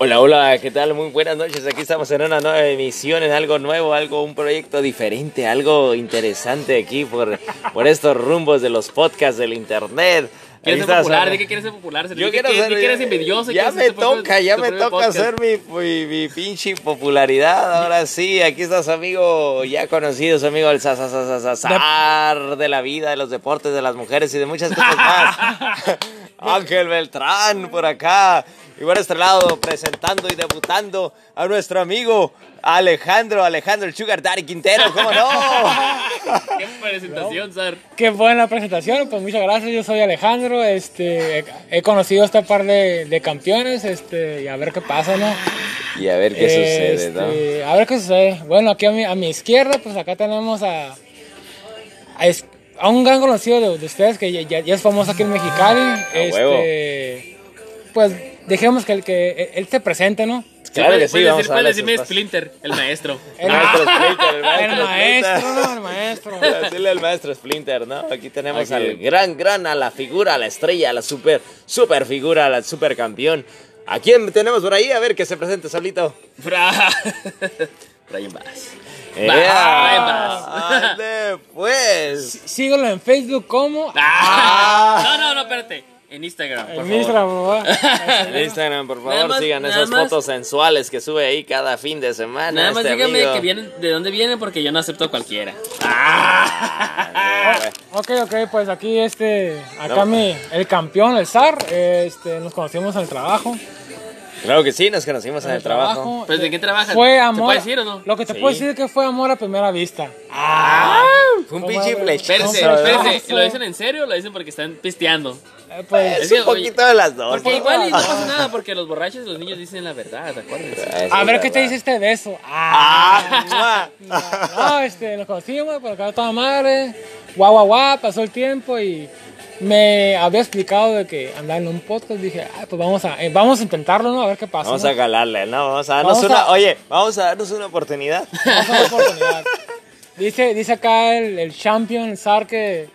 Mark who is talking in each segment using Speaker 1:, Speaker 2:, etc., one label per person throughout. Speaker 1: Hola, hola, ¿qué tal? Muy buenas noches. Aquí estamos en una nueva emisión, en algo nuevo, algo, un proyecto diferente, algo interesante aquí por, por estos rumbos de los podcasts del internet.
Speaker 2: ¿Quieres
Speaker 1: Ahí
Speaker 2: ser
Speaker 1: estás,
Speaker 2: popular?
Speaker 1: Ana.
Speaker 2: ¿De qué quieres ser popular? Sergio?
Speaker 1: Yo
Speaker 2: ¿Qué-
Speaker 1: quiero
Speaker 2: qué-
Speaker 1: ser.
Speaker 2: qué quieres envidioso?
Speaker 1: Ya
Speaker 2: ¿Quieres
Speaker 1: me
Speaker 2: hacer tu propio-
Speaker 1: toca, ya
Speaker 2: tu
Speaker 1: me
Speaker 2: propio
Speaker 1: toca
Speaker 2: podcast?
Speaker 1: hacer mi, mi, mi pinche popularidad. Ahora sí, aquí está su amigo, ya conocido, su amigo el sa- sa- sa- sa- sa- zar de la vida, de los deportes, de las mujeres y de muchas cosas más. Ángel Beltrán por acá. Y por este lado, presentando y debutando a nuestro amigo Alejandro, Alejandro el Sugar Daddy Quintero, ¿cómo no?
Speaker 2: Qué presentación, Sar.
Speaker 3: Qué buena presentación, pues muchas gracias, yo soy Alejandro, este, he, he conocido esta par de, de campeones, este, y a ver qué pasa, ¿no?
Speaker 1: Y a ver qué sucede, ¿no?
Speaker 3: Este, A ver qué sucede. Bueno, aquí a mi, a mi izquierda, pues acá tenemos a, a, es- a un gran conocido de, de ustedes que ya, ya- ya es famoso aquí en Mexicali. este, pues dejemos que, el, que él- él se presente, ¿no?
Speaker 1: Claro
Speaker 2: ¿Puedes-
Speaker 1: que sí, vamos
Speaker 2: puedes decir-
Speaker 1: a
Speaker 2: puedes
Speaker 1: darle
Speaker 2: decirme
Speaker 1: sus pasos.
Speaker 2: Splinter, el maestro.
Speaker 3: El,
Speaker 1: Maestro Splinter, el maestro
Speaker 3: el maestro,
Speaker 1: Splinter.
Speaker 3: ¿no? El maestro.
Speaker 1: Decirle al maestro Splinter, ¿no? Aquí tenemos
Speaker 2: Aquí.
Speaker 1: al gran, gran, a la figura, a la estrella, a la super, super figura, al super campeón. ¿A quién tenemos por ahí? A ver que se presente solito.
Speaker 2: Fra- Brian Bass.
Speaker 1: ¡Eh!
Speaker 2: vas.
Speaker 1: ¡Ande, pues!
Speaker 3: Síguelo en Facebook como...
Speaker 2: Ah. No, no, no, espérate. En Instagram, por
Speaker 3: En
Speaker 2: favor.
Speaker 3: Instagram, ¿verdad?
Speaker 1: En Instagram, por
Speaker 2: Nada
Speaker 1: favor,
Speaker 2: más-
Speaker 1: sigan
Speaker 2: nada
Speaker 1: esas
Speaker 2: más-
Speaker 1: fotos sensuales que sube ahí cada fin de semana.
Speaker 2: Nada más
Speaker 1: este
Speaker 2: dígame
Speaker 1: amigo.
Speaker 2: que vienen, de dónde vienen porque yo no acepto a cualquiera.
Speaker 1: Ah,
Speaker 3: Ok, ok, pues aquí este, acá
Speaker 1: No.
Speaker 3: mi, el campeón, el zar, este, nos conocimos en el trabajo. eh,
Speaker 1: Claro que sí, nos conocimos en el trabajo.
Speaker 2: Pues, ¿de qué trabajas?
Speaker 3: Fue
Speaker 2: ¿Te
Speaker 3: amor.
Speaker 2: puedes decir o no?
Speaker 3: Lo que te
Speaker 1: Sí.
Speaker 3: puedo decir es que fue amor a primera vista.
Speaker 1: Ah.
Speaker 2: Ah.
Speaker 1: Fue un
Speaker 3: No
Speaker 1: pinche
Speaker 3: mames.
Speaker 1: flechazo,
Speaker 2: Espérense,
Speaker 3: No,
Speaker 1: ¿verdad?
Speaker 3: pero-
Speaker 2: espérense. ¿Lo dicen en serio o lo dicen porque están pisteando?
Speaker 3: Eh, pues,
Speaker 1: Es
Speaker 2: Es que,
Speaker 1: un
Speaker 2: oye,
Speaker 1: poquito de las dos.
Speaker 2: Porque
Speaker 1: ¿no?
Speaker 2: igual y no pasa nada porque los borrachos y los niños dicen la verdad, acuérdense.
Speaker 1: Eso
Speaker 3: a
Speaker 1: es
Speaker 3: ver qué te
Speaker 1: verdad.
Speaker 3: dice este beso. Ah,
Speaker 1: Ah, mua.
Speaker 3: no, este, nos conocimos, por acá toda madre, guau, guau, guau, pasó el tiempo y me había explicado de que andaba en un podcast. Dije, ah, pues vamos a, eh, vamos a intentarlo, ¿no? A ver qué pasa.
Speaker 1: Vamos
Speaker 3: ¿no?
Speaker 1: a calarle, ¿no? Vamos a darnos
Speaker 3: Vamos
Speaker 1: una.
Speaker 3: a-
Speaker 1: Oye, vamos a darnos una oportunidad.
Speaker 3: Vamos a dar oportunidad. Dice, dice acá el, el champion, el zar, que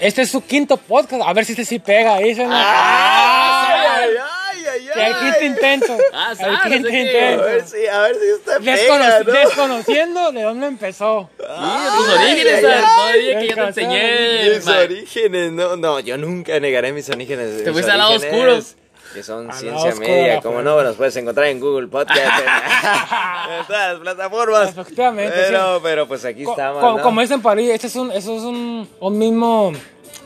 Speaker 3: este es su quinto podcast. A ver si este sí pega, dice. ¿no?
Speaker 1: ¡Ay, ay, ay,
Speaker 3: Ah, Que el quinto intento.
Speaker 2: Ah,
Speaker 3: el
Speaker 2: zar,
Speaker 3: quinto
Speaker 2: o sea que-
Speaker 1: A
Speaker 3: intento.
Speaker 1: ver si, a ver si usted pega,
Speaker 3: Descono-
Speaker 1: ¿no?
Speaker 3: Desconociendo de dónde empezó. Ah,
Speaker 2: Sí, tus orígenes,
Speaker 1: ay,
Speaker 2: Sar,
Speaker 1: ay.
Speaker 2: todavía que yo te
Speaker 3: Descansado.
Speaker 2: enseñé.
Speaker 1: Mis
Speaker 2: ma-
Speaker 1: orígenes, no, no, yo nunca negaré mis orígenes. mis
Speaker 2: fuiste al lado
Speaker 1: orígenes,
Speaker 2: oscuro.
Speaker 1: Que son
Speaker 3: Al
Speaker 1: ciencia
Speaker 3: lado oscuro de
Speaker 1: media,
Speaker 3: la
Speaker 1: como
Speaker 3: fuerza.
Speaker 1: no, nos puedes encontrar en Google Podcast, en, en todas las plataformas.
Speaker 3: Efectivamente,
Speaker 1: Pero, pero pues aquí
Speaker 3: Co-
Speaker 1: estamos.
Speaker 3: co-
Speaker 1: ¿no?
Speaker 3: Como dicen por ahí, este es un, eso es un, un mismo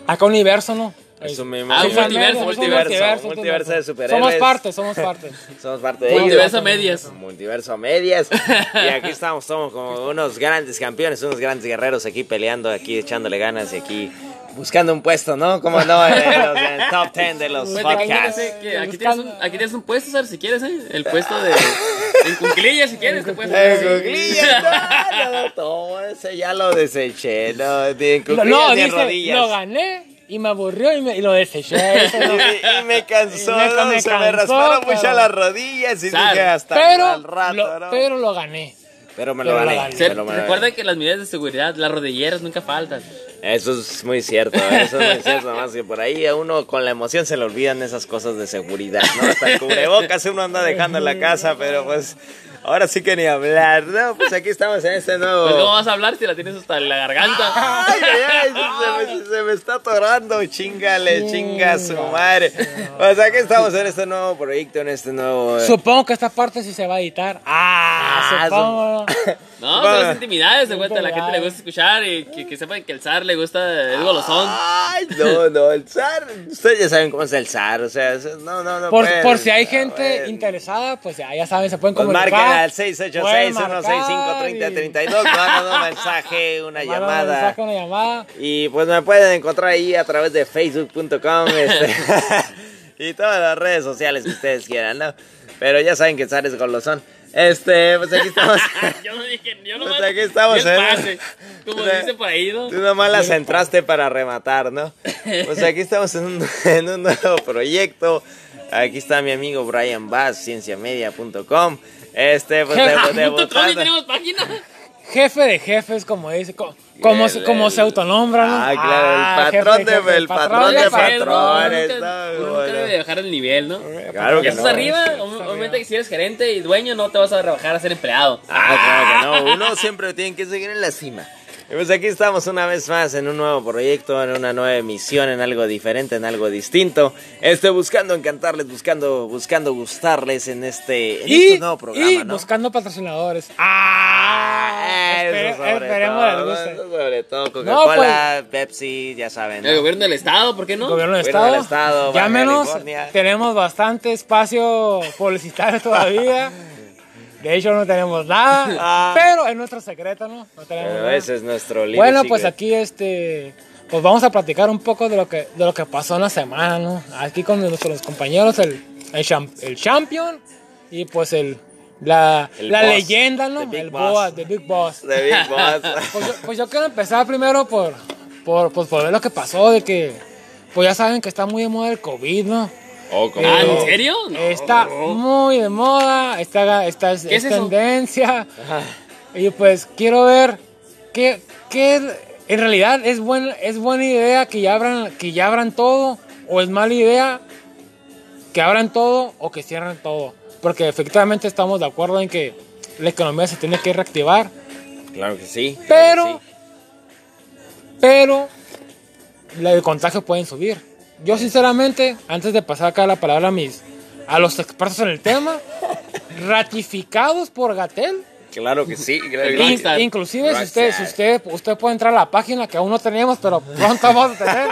Speaker 3: acá universo, ¿no?
Speaker 1: Es un mismo-
Speaker 2: Ah, un
Speaker 3: Sí,
Speaker 1: somos-
Speaker 2: multiverso,
Speaker 3: es un
Speaker 2: multiverso,
Speaker 3: es un
Speaker 1: multiverso de superhéroes.
Speaker 3: Somos parte, somos parte.
Speaker 1: Somos parte de ellos.
Speaker 2: Multiverso medias.
Speaker 1: Multiverso a medias. Y aquí estamos, somos como unos grandes campeones, unos grandes guerreros aquí peleando, aquí echándole ganas y aquí buscando un puesto, ¿no? Como no, en los- en el top 10 de
Speaker 3: Pues,
Speaker 1: los
Speaker 2: Bueno, aquí tienes,
Speaker 1: podcasts.
Speaker 2: eh, que- aquí tienes un, aquí tienes un puesto, Sar, si quieres, ¿eh? El puesto de. En cuclillas, si quieres, te puedes
Speaker 1: En
Speaker 2: poner.
Speaker 1: cuclillas, no, no, todo ese ya lo deseché, no, ni en
Speaker 3: Lo-
Speaker 1: cuclillas
Speaker 3: no,
Speaker 1: ni en
Speaker 3: dice,
Speaker 1: rodillas. Eh,
Speaker 3: lo gané y me aburrió y, me- y lo deseché. Eso
Speaker 1: Y,
Speaker 3: no.
Speaker 1: me- y me cansó,
Speaker 3: Y neta
Speaker 1: ¿no?
Speaker 3: me
Speaker 1: se me
Speaker 3: cansó,
Speaker 1: rasparon mucho
Speaker 3: pero-
Speaker 1: las rodillas y
Speaker 2: Sal.
Speaker 1: dije hasta
Speaker 3: pero,
Speaker 1: al rato,
Speaker 3: lo,
Speaker 1: ¿no?
Speaker 3: pero lo gané.
Speaker 1: Pero me lo
Speaker 3: pero lo
Speaker 1: gané.
Speaker 3: gané.
Speaker 2: Se-
Speaker 1: me lo- me lo gané.
Speaker 2: Recuerda que las medidas de seguridad, las rodilleras nunca faltan.
Speaker 1: Eso es muy cierto, eso es muy cierto, más que por ahí a uno con la emoción se le olvidan esas cosas de seguridad, ¿no? Hasta el cubrebocas uno anda dejando en la casa, pero pues ahora sí que ni hablar, ¿no? Pues aquí estamos en este nuevo...
Speaker 2: Pues, ¿cómo vas a hablar si la tienes hasta en la garganta?
Speaker 1: Ay, ay, ay, se, me, se me está atorando, chingale, chinga su madre. O sea, aquí estamos en este nuevo proyecto, en este nuevo... eh,
Speaker 3: Supongo que esta parte sí se va a editar.
Speaker 1: Ah,
Speaker 3: supongo.
Speaker 2: No,
Speaker 1: Bueno.
Speaker 2: son las intimidades, de cuenta, a la gente le gusta escuchar y que, que sepan que el zar le gusta el golosón.
Speaker 1: Ay, no, no, el zar. Ustedes ya saben cómo es el zar, o sea, es- no, no, no.
Speaker 3: Por,
Speaker 1: pues,
Speaker 3: por si hay
Speaker 1: no,
Speaker 3: gente
Speaker 1: bueno.
Speaker 3: interesada, pues ya, ya saben, se pueden
Speaker 1: Nos
Speaker 3: comunicar.
Speaker 1: marcan al
Speaker 3: Pueden marcar y-
Speaker 1: 686-165-3032. Nos mandan un mensaje, una
Speaker 3: mandan un
Speaker 1: llamada.
Speaker 3: mensaje, una llamada.
Speaker 1: Y pues me pueden encontrar ahí a través de facebook.com este, y todas las redes sociales que ustedes quieran, ¿no? Pero ya saben que Sar es golosón. Este, pues aquí estamos.
Speaker 2: Ah, yo no dije, yo no
Speaker 1: Pues aquí estamos, ¿eh?
Speaker 2: pase, como
Speaker 1: O sea,
Speaker 2: dice por ahí, ¿no?
Speaker 1: Tú nomás las entraste para rematar, ¿no? Pues aquí estamos en un, en un nuevo proyecto. Aquí está mi amigo Brian Bass, cienciamedia.com. Este, pues de-
Speaker 2: Punto com,
Speaker 1: debutando.
Speaker 2: y tenemos página.
Speaker 3: jefe de jefes, como dice, co- como, se-
Speaker 1: El-
Speaker 3: como
Speaker 1: el-
Speaker 3: se autonombra, ¿no?
Speaker 1: Ah, claro, el
Speaker 3: jefe
Speaker 1: patrón de-
Speaker 3: jefes,
Speaker 1: el patrón de
Speaker 2: Pero,
Speaker 3: patrones.
Speaker 2: no,
Speaker 1: patrones,
Speaker 2: nunca-
Speaker 1: no,
Speaker 2: uno nunca
Speaker 1: bueno.
Speaker 2: debe de bajar el nivel, ¿no?
Speaker 1: Claro
Speaker 2: Ya
Speaker 1: que
Speaker 2: estás
Speaker 1: no.
Speaker 2: arriba, ob- obviamente que si eres gerente y dueño no te vas a rebajar a ser empleado.
Speaker 1: Ah, claro que no. Uno siempre tiene que seguir en la cima. Y pues aquí estamos una vez más en un nuevo proyecto, en una nueva emisión, en algo diferente, en algo distinto. Este buscando encantarles, buscando, buscando gustarles en este, en este
Speaker 3: Y,
Speaker 1: nuevo programa,
Speaker 3: y
Speaker 1: ¿no?
Speaker 3: buscando patrocinadores. ¡Ah!
Speaker 1: Ah,
Speaker 3: Espere-
Speaker 1: eso sobre
Speaker 3: esperemos
Speaker 1: todo,
Speaker 3: les guste.
Speaker 1: eso sobre todo, Coca-Cola,
Speaker 3: pues-
Speaker 1: Pepsi, ya saben. ¿no?
Speaker 2: El gobierno del estado, ¿por qué no?
Speaker 3: Gobierno del
Speaker 1: Gobierno
Speaker 3: Estado.
Speaker 1: del Estado, Baja
Speaker 3: Llámenos.
Speaker 1: California.
Speaker 3: Tenemos bastante espacio publicitario todavía. De hecho, no tenemos nada.
Speaker 1: Ah.
Speaker 3: Pero es nuestro secreto, ¿no? No tenemos
Speaker 1: Pero
Speaker 3: nada.
Speaker 1: ese es nuestro libro.
Speaker 3: Bueno, pues aquí este. Pues vamos a platicar un poco de lo que, de lo que pasó en la semana, ¿no? Aquí con nuestros compañeros, el, el, cham- el champion y pues el. La,
Speaker 1: El
Speaker 3: la
Speaker 1: boss,
Speaker 3: leyenda, ¿no?
Speaker 1: the big
Speaker 3: el
Speaker 1: boss.
Speaker 3: Boa, The Big Boss.
Speaker 1: De Big
Speaker 3: Pues
Speaker 1: Boss.
Speaker 3: yo, pues yo quiero empezar primero por, por, pues por ver lo que pasó, de que, pues ya saben que está muy de moda el COVID, ¿no?
Speaker 1: Oh,
Speaker 2: Ah,
Speaker 3: Pero
Speaker 2: ¿en serio? No.
Speaker 1: Eh.
Speaker 3: Está muy de moda, está, está es,
Speaker 2: ¿Qué es
Speaker 3: es
Speaker 2: eso?
Speaker 3: tendencia.
Speaker 1: Ah,
Speaker 3: Y pues quiero ver qué, qué en realidad es, buen, es buena idea que ya, abran, que ya abran todo o es mala idea que abran todo o que cierren todo. Porque efectivamente estamos de acuerdo en que la economía se tiene que reactivar.
Speaker 1: Claro que sí. claro que
Speaker 3: Pero,
Speaker 1: sí.
Speaker 3: pero, la- el contagio pueden subir. Yo, sinceramente, antes de pasar acá la palabra a mis, a los expertos en el tema, ratificados por Gatel.
Speaker 1: Claro que sí. claro que sí.
Speaker 2: Rockstar.
Speaker 3: Inclusive, si
Speaker 1: Rockstar.
Speaker 3: usted, si usted, usted puede entrar a la página que aún no tenemos, pero pronto vamos a tener,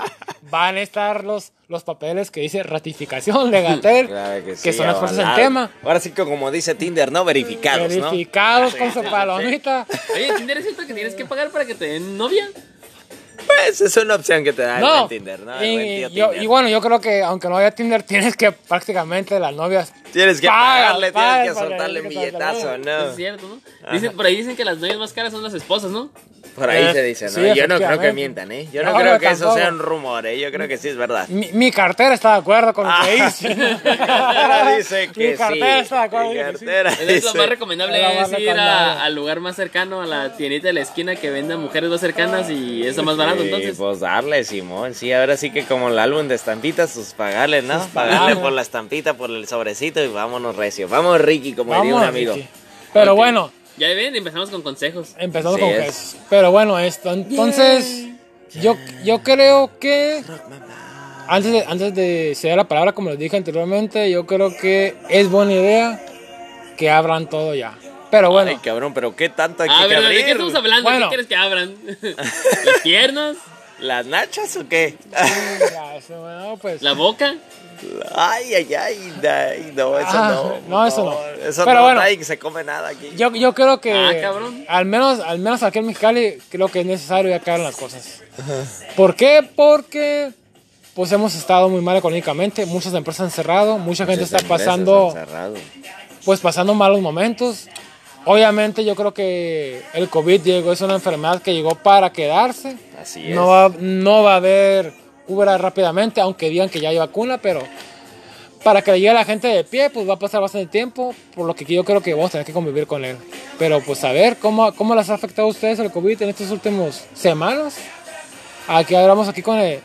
Speaker 3: van a estar los, los papeles que dice ratificación de Gatel,
Speaker 1: Claro que sí.
Speaker 3: que son expertos en el
Speaker 1: ojalá.
Speaker 3: tema.
Speaker 1: Ahora sí que como dice Tinder, ¿no? Verificados, ¿no?
Speaker 3: Verificados con su palomita.
Speaker 2: Oye, ¿Tinder es cierto que tienes que pagar para que te den novia?
Speaker 1: Pues es una opción que te da el buen Tinder, ¿no? El
Speaker 3: y,
Speaker 1: buen tío
Speaker 3: yo-
Speaker 1: Tinder.
Speaker 3: y bueno, yo creo que aunque no haya Tinder, tienes que prácticamente las novias.
Speaker 1: Tienes que
Speaker 3: pagan,
Speaker 1: pagarle,
Speaker 3: pagan
Speaker 1: tienes que
Speaker 3: para
Speaker 1: soltarle
Speaker 3: que te la
Speaker 1: billetazo,
Speaker 3: den.
Speaker 2: Eso es
Speaker 1: ¿no?
Speaker 2: cierto, ¿no? Dicen, por ahí dicen que las novias más caras son las esposas, ¿no?
Speaker 1: Por ahí
Speaker 3: Eh,
Speaker 1: se dice, ¿no?
Speaker 3: sí,
Speaker 1: yo no creo que
Speaker 3: efectivamente.
Speaker 1: mientan, ¿eh? Yo no,
Speaker 3: No,
Speaker 1: creo
Speaker 3: no,
Speaker 1: que eso
Speaker 3: tampoco.
Speaker 1: sea un rumor, ¿eh? Yo creo que sí es verdad.
Speaker 3: Mi, mi cartera está de acuerdo con lo que
Speaker 1: Ah.
Speaker 3: hice.
Speaker 1: dice
Speaker 3: mi
Speaker 1: que sí.
Speaker 3: cartera está de acuerdo.
Speaker 1: Mi
Speaker 3: dice que sí.
Speaker 1: cartera
Speaker 2: Entonces lo
Speaker 1: dice-
Speaker 2: más recomendable
Speaker 3: Lo más
Speaker 2: es ir
Speaker 3: recomendable.
Speaker 2: a- al lugar más cercano, a la tiendita de la esquina que venda mujeres más cercanas y es lo más barato,
Speaker 1: Sí,
Speaker 2: entonces.
Speaker 1: pues darle, Simón. Sí, ahora sí que como el álbum de estampitas, pues pagarle, ¿no? pagarle
Speaker 3: pagarle.
Speaker 1: por la estampita, por el sobrecito y vámonos recio. Vamos, Ricky, como diría un
Speaker 3: Vamos,
Speaker 1: amigo.
Speaker 3: Ricky. Pero
Speaker 2: Ok.
Speaker 3: bueno,
Speaker 2: Ya ven, empezamos con consejos.
Speaker 3: empezamos
Speaker 1: Así
Speaker 3: con
Speaker 1: es.
Speaker 3: Jesús. Pero bueno, esto. Entonces, yo, yo creo que. Antes de, antes de ceder la palabra, como les dije anteriormente, yo creo que es buena idea que abran todo ya. Pero bueno,
Speaker 1: Ay, cabrón, pero qué tanto hay
Speaker 2: A
Speaker 1: que
Speaker 2: ver, Ah, ¿de
Speaker 1: abrir.
Speaker 2: qué estamos hablando?
Speaker 3: Bueno.
Speaker 2: ¿Qué quieres que abran? ¿Las piernas?
Speaker 1: ¿Las nachas o qué?
Speaker 3: ya, eso, bueno, pues.
Speaker 2: ¿La boca?
Speaker 1: Ay, ay, ay, ay, no, eso
Speaker 3: Ah,
Speaker 1: no.
Speaker 3: no, eso no.
Speaker 1: Eso
Speaker 3: Pero
Speaker 1: no,
Speaker 3: bueno.
Speaker 1: nadie que se come nada aquí.
Speaker 3: Yo, yo creo que
Speaker 2: Ah, cabrón.
Speaker 3: al menos al menos aquí en Mexicali creo que es necesario ya que hagan las cosas. ¿Por qué? Porque pues hemos estado muy mal económicamente, muchas empresas han cerrado, mucha
Speaker 1: Pues
Speaker 3: gente está pasando pues pasando malos momentos. Obviamente yo creo que el COVID llegó, es una enfermedad que llegó para quedarse.
Speaker 1: Así es.
Speaker 3: No va, no va a haber cura rápidamente, aunque digan que ya hay vacuna, pero para que le llegue a la gente de pie, pues va a pasar bastante tiempo, por lo que yo creo que vamos a tener que convivir con él. Pero pues a ver, ¿cómo, cómo les ha afectado a ustedes el COVID en estas últimas semanas? Aquí hablamos aquí con el,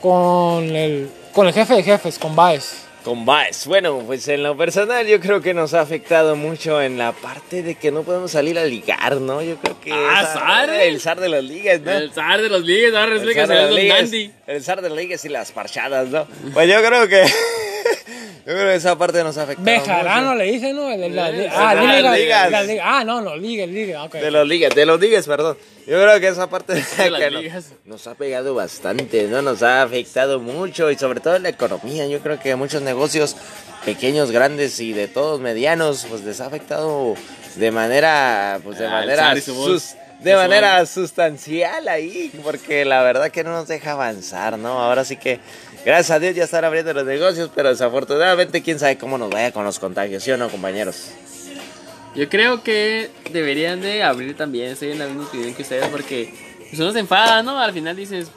Speaker 3: con el, con el jefe de jefes, con Baez.
Speaker 1: Con Baez. Bueno, pues en lo personal yo creo que nos ha afectado mucho en la parte de que no podemos salir a ligar, ¿no? Yo creo que...
Speaker 2: Ah,
Speaker 1: esa-
Speaker 2: zar, ¿eh?
Speaker 1: El zar de las ligas, ¿no?
Speaker 2: El zar de los ligues, ahora resulta que
Speaker 1: zar
Speaker 2: se
Speaker 1: de
Speaker 2: ve
Speaker 1: las
Speaker 2: Don
Speaker 1: ligas-
Speaker 2: Dandy.
Speaker 1: el zar de las ligas y las parchadas, ¿no? Pues yo creo que... yo creo que esa parte nos ha afectado
Speaker 3: Bejarano
Speaker 1: mucho.
Speaker 3: le dicen, ¿no? El- el- la-
Speaker 2: Eh,
Speaker 3: ah,
Speaker 1: las
Speaker 3: liga,
Speaker 1: ligas.
Speaker 3: la liga. Ah, no, no, liga, liga. ok.
Speaker 1: De los ligas, de los ligas, perdón. Yo creo que esa parte
Speaker 2: De las
Speaker 1: que nos-
Speaker 2: ligas.
Speaker 1: nos ha pegado bastante, ¿no? Nos ha afectado mucho y sobre todo en la economía. Yo creo que muchos negocios, pequeños, grandes y de todos medianos, pues les ha afectado de manera, pues de
Speaker 2: Ah, el
Speaker 1: manera,
Speaker 2: zar y su voz.
Speaker 1: sus-
Speaker 2: Y
Speaker 1: de
Speaker 2: su
Speaker 1: manera sustancial ahí, porque la verdad que no nos deja avanzar, ¿no? Ahora sí que, gracias a Dios ya están abriendo los negocios, pero desafortunadamente quién sabe cómo nos vaya con los contagios, ¿sí o no, compañeros?
Speaker 2: Yo creo que deberían de abrir también, estoy en la misma opinión que ustedes, porque pues, uno se enfada, ¿no? Al final dices,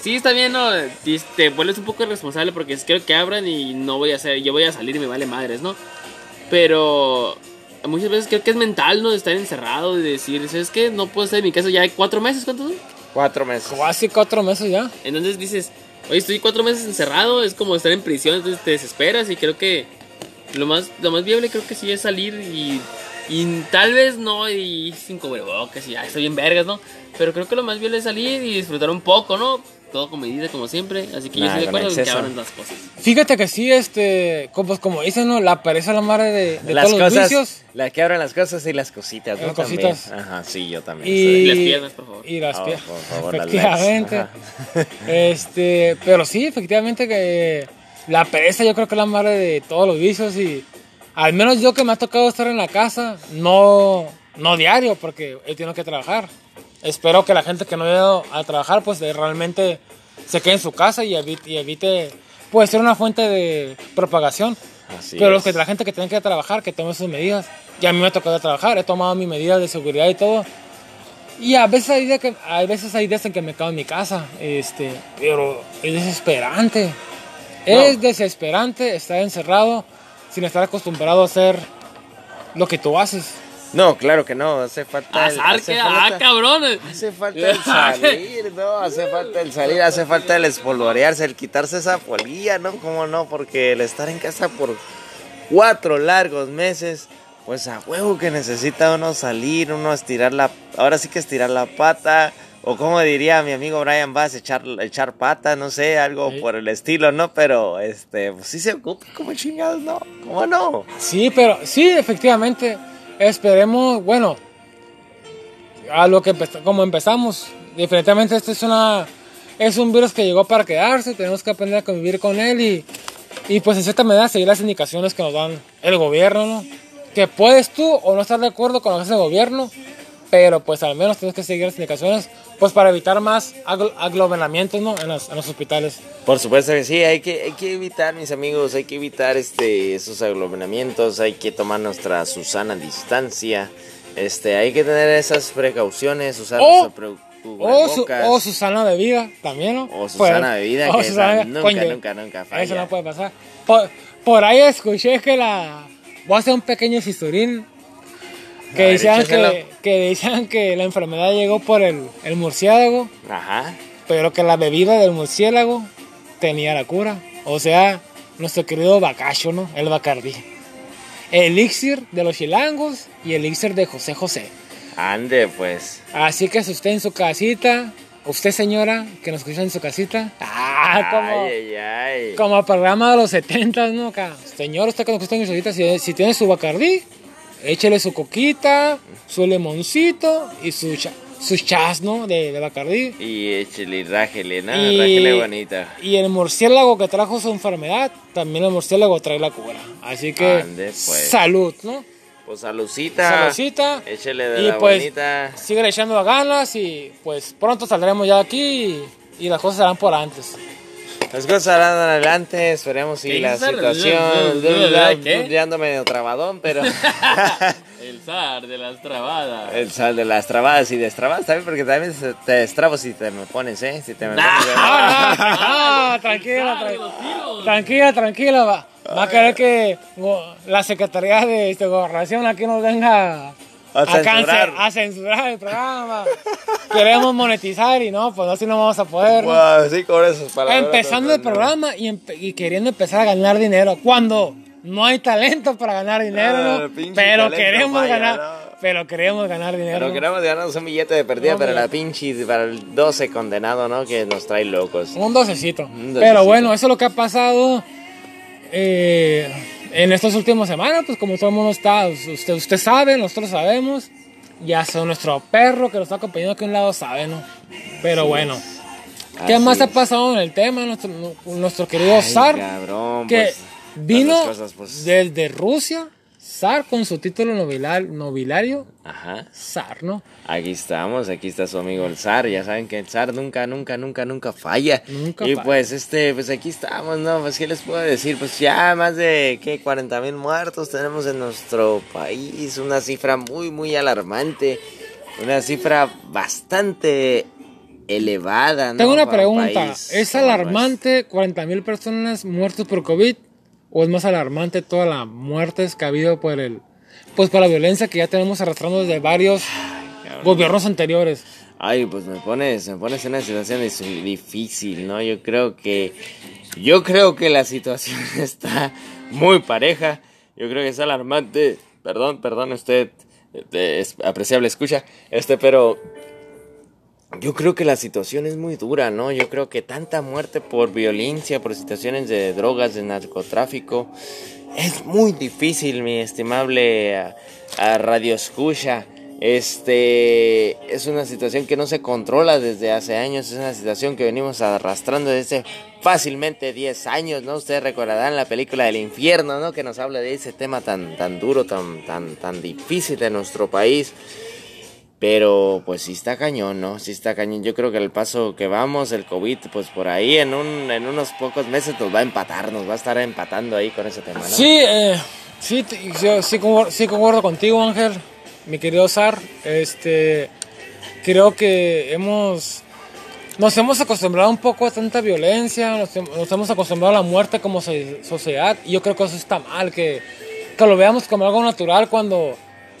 Speaker 2: sí, está bien, ¿no? Dis- Te vuelves un poco responsable porque es- creo que abran y no voy a hacer, yo voy a salir y me vale madres, ¿no? Pero muchas veces creo que es mental, ¿no? De estar encerrado y decir, ¿sabes qué? No puedo estar en mi casa ya hay cuatro meses, ¿cuántos son?
Speaker 1: Cuatro meses.
Speaker 3: Casi cuatro meses ya.
Speaker 2: Entonces dices, oye, estoy cuatro meses encerrado, es como estar en prisión, entonces te desesperas y creo que lo más, lo más viable creo que sí es salir y, y tal vez no y sin cubrebocas y ya estoy bien vergas, ¿no? Pero creo que lo más viable es salir y disfrutar un poco, ¿no? Todo con medida, como siempre. Así que
Speaker 1: Nah,
Speaker 2: yo estoy de
Speaker 1: con
Speaker 2: acuerdo en que
Speaker 1: exceso.
Speaker 2: abran las cosas.
Speaker 3: Fíjate que sí, este, como, pues como dicen, ¿no? La pereza es la madre de, de
Speaker 1: las
Speaker 3: todos los
Speaker 1: cosas,
Speaker 3: vicios.
Speaker 1: las que abren las cosas y las cositas, ¿no?
Speaker 3: Las
Speaker 1: También.
Speaker 3: cositas.
Speaker 1: Ajá, sí, yo también.
Speaker 3: Y,
Speaker 1: soy de-
Speaker 2: las piernas, por favor.
Speaker 3: Y las
Speaker 1: Oh,
Speaker 3: piernas.
Speaker 1: por favor, las legs.
Speaker 3: efectivamente. Este, pero sí, efectivamente que la pereza yo creo que es la madre de todos los vicios y al menos yo que me ha tocado estar en la casa, no, no diario porque he tenido que trabajar. Espero que la gente que no ha ido a trabajar pues eh, realmente se quede en su casa y evite, y evite puede ser una fuente de propagación.
Speaker 1: Así
Speaker 3: Pero los
Speaker 1: es.
Speaker 3: que, la gente que tiene que ir a trabajar, que tome sus medidas. Y a mí me ha tocado trabajar, he tomado mis medidas de seguridad y todo. Y a veces hay días, que, a veces hay días en que me quedo en mi casa, este, pero es desesperante. Es desesperante estar encerrado sin estar acostumbrado a hacer lo que tú haces.
Speaker 1: No, claro que no, hace falta. el-
Speaker 2: Azar
Speaker 1: hace
Speaker 2: que- ah,
Speaker 1: falta-
Speaker 2: cabrón.
Speaker 1: Hace falta el salir, ¿no? Hace falta el salir, hace falta el espolvorearse, el quitarse esa polilla, ¿no? ¿Cómo no? Porque el estar en casa por cuatro largos meses, pues a huevo que necesita uno salir, uno estirar la... Ahora sí que estirar la pata, o como diría mi amigo Brian Bass, echar, echar pata, no sé, algo por el estilo, ¿no? Pero, este, pues sí se ocupa como chingados, ¿no? ¿Cómo no?
Speaker 3: Sí, pero sí, efectivamente. Esperemos, bueno, a lo que empe- como empezamos. Definitivamente esto es una es un virus que llegó para quedarse, tenemos que aprender a convivir con él y, y pues en cierta medida seguir las indicaciones que nos dan el gobierno, ¿no? Que puedes tú o no estar de acuerdo con lo que hace el gobierno, pero pues al menos tienes que seguir las indicaciones pues para evitar más aglo- aglomeramientos, ¿no? En, las- en los hospitales.
Speaker 1: Por supuesto que sí, hay que, hay que evitar, mis amigos, hay que evitar este, esos aglomeramientos, hay que tomar nuestra susana distancia, este, hay que tener esas precauciones,
Speaker 2: Oh,
Speaker 1: usar
Speaker 3: O-
Speaker 1: nuestro pre-
Speaker 3: O, su,
Speaker 1: cubrebocas.
Speaker 3: o Susana de vida también, ¿no? Pues,
Speaker 1: O Susana de vida, que esa nunca,
Speaker 3: coño,
Speaker 1: nunca, nunca falla.
Speaker 3: Eso no puede pasar. Por, por ahí escuché que la. Voy a hacer un pequeño historin. Que,
Speaker 1: A ver,
Speaker 3: decían que,
Speaker 1: échaselo.
Speaker 3: que decían que la enfermedad llegó por el, el murciélago,
Speaker 1: Ajá.
Speaker 3: pero que la bebida del murciélago tenía la cura. O sea, nuestro querido bacacho, ¿no? El bacardí. Elixir de los chilangos y elixir de José José.
Speaker 1: Ande, pues.
Speaker 3: Así que si usted en su casita, usted señora que nos escucha en su casita, ah, como,
Speaker 1: Ay, ay, ay.
Speaker 3: como programa de los 70, ¿no? Acá. Señor, usted que nos escucha en su casita, si, si tiene su bacardí, échele su coquita, su limoncito y su, cha- su chas, ¿no? De, de bacardí.
Speaker 1: Y échele, rájele, ¿no?
Speaker 3: Y-
Speaker 1: Rájele bonita.
Speaker 3: Y el murciélago que trajo su enfermedad, también el murciélago trae la cura. Así que
Speaker 1: Ande, pues.
Speaker 3: salud, ¿no?
Speaker 1: Pues salucita.
Speaker 3: Salucita.
Speaker 1: Échele de
Speaker 3: Y
Speaker 1: la
Speaker 3: pues,
Speaker 1: bonita.
Speaker 3: Sigue echando las ganas y pues pronto saldremos ya de aquí y, y las cosas serán por antes.
Speaker 1: Las cosas harán adelante, esperemos si
Speaker 2: ¿Qué
Speaker 1: la
Speaker 2: dices?
Speaker 1: situación...
Speaker 2: ¿Qué?
Speaker 1: Ya ando medio trabadón, pero...
Speaker 2: El zar de las trabadas.
Speaker 3: Eh,
Speaker 1: El sal de las trabadas y destrabadas también, porque también se- te destrabo si te me pones, ¿eh? Si te me
Speaker 2: Nah.
Speaker 1: pones. ¿eh?
Speaker 3: Ah, ah, ah, tranquila,
Speaker 2: Ah, de los
Speaker 3: tranquila,
Speaker 2: tiros.
Speaker 3: tranquila, tranquila, va. Va a querer que go- la Secretaría de este, Gobernación aquí nos venga a,
Speaker 1: A
Speaker 3: cance-
Speaker 1: censurar.
Speaker 3: a censurar el programa. Queremos monetizar y no, pues así no vamos a poder. ¿no?
Speaker 1: Wow, sí, con esas palabras.
Speaker 3: Empezando el programa y, empe- y queriendo empezar a ganar dinero. Cuando no hay talento para ganar dinero,
Speaker 1: Ah,
Speaker 3: ¿no?
Speaker 1: pinche
Speaker 3: pero
Speaker 1: talento
Speaker 3: queremos
Speaker 1: falla,
Speaker 3: ganar.
Speaker 1: ¿no?
Speaker 3: Pero queremos ganar dinero.
Speaker 1: Pero
Speaker 3: ¿no?
Speaker 1: queremos ganarnos un billete de perdida
Speaker 3: No,
Speaker 1: para
Speaker 3: mira.
Speaker 1: la pinche, para el 12 condenado, ¿no? Que nos trae locos.
Speaker 3: Un docecito.
Speaker 1: Un docecito.
Speaker 3: Pero bueno, eso es lo que ha pasado eh, en estas últimas semanas, pues como todo el mundo está, usted, usted sabe, nosotros sabemos, ya son nuestro perro que nos está acompañando aquí a un lado sabe, ¿no? Pero bueno, ¿qué
Speaker 1: Así
Speaker 3: más ha
Speaker 1: es.
Speaker 3: pasado en el tema? Nuestro, nuestro querido
Speaker 1: Ah, Ay,
Speaker 3: Zar,
Speaker 1: cabrón,
Speaker 3: que
Speaker 1: pues,
Speaker 3: vino
Speaker 1: tantas cosas, pues.
Speaker 3: desde Rusia, Zar con su título nobilar- nobiliario,
Speaker 1: Ajá.
Speaker 3: Zar, ¿no?
Speaker 1: Aquí estamos, aquí está su amigo el zar, ya saben que el zar nunca, nunca, nunca, nunca falla.
Speaker 3: Nunca
Speaker 1: y
Speaker 3: falla.
Speaker 1: pues este, pues aquí estamos, ¿no? Pues qué les puedo decir, pues ya más de que 40 mil muertos tenemos en nuestro país, una cifra muy, muy alarmante, una cifra bastante elevada. ¿no?
Speaker 3: Tengo una
Speaker 1: Para un
Speaker 3: pregunta.
Speaker 1: país pues.
Speaker 3: ¿Es
Speaker 1: como
Speaker 3: alarmante 40.000 personas muertas por COVID? ¿O es más alarmante todas las muertes que ha habido por el pues por la violencia que ya tenemos arrastrando desde varios gobiernos anteriores.
Speaker 1: Ay, pues me pones, me pones en una situación difícil, ¿no? Yo creo que. Yo creo que la situación está muy pareja. Yo creo que es alarmante. Perdón, perdón, usted este, es apreciable escucha. Este, pero. Yo creo que la situación es muy dura, ¿no? Yo creo que tanta muerte por violencia, por situaciones de drogas, de narcotráfico. Es muy difícil, mi estimable a, a Radio Escucha. Este es una situación que no se controla desde hace años, es una situación que venimos arrastrando desde fácilmente 10 años, ¿no? Ustedes recordarán la película del infierno, ¿no? Que nos habla de ese tema tan, tan duro, tan, tan, tan difícil de nuestro país. Pero pues sí está cañón, ¿no? Sí está cañón. Yo creo que el paso que vamos, el COVID, pues por ahí en, un, en unos pocos meses nos va a empatar, nos va a estar empatando ahí con ese tema, ¿no?
Speaker 3: Sí, eh, sí, yo sí concuerdo, sí concuerdo contigo, Ángel mi querido Sar, este, creo que hemos, nos hemos acostumbrado un poco a tanta violencia, nos, nos hemos acostumbrado a la muerte como se, sociedad, y yo creo que eso está mal, que, que, lo veamos como algo natural cuando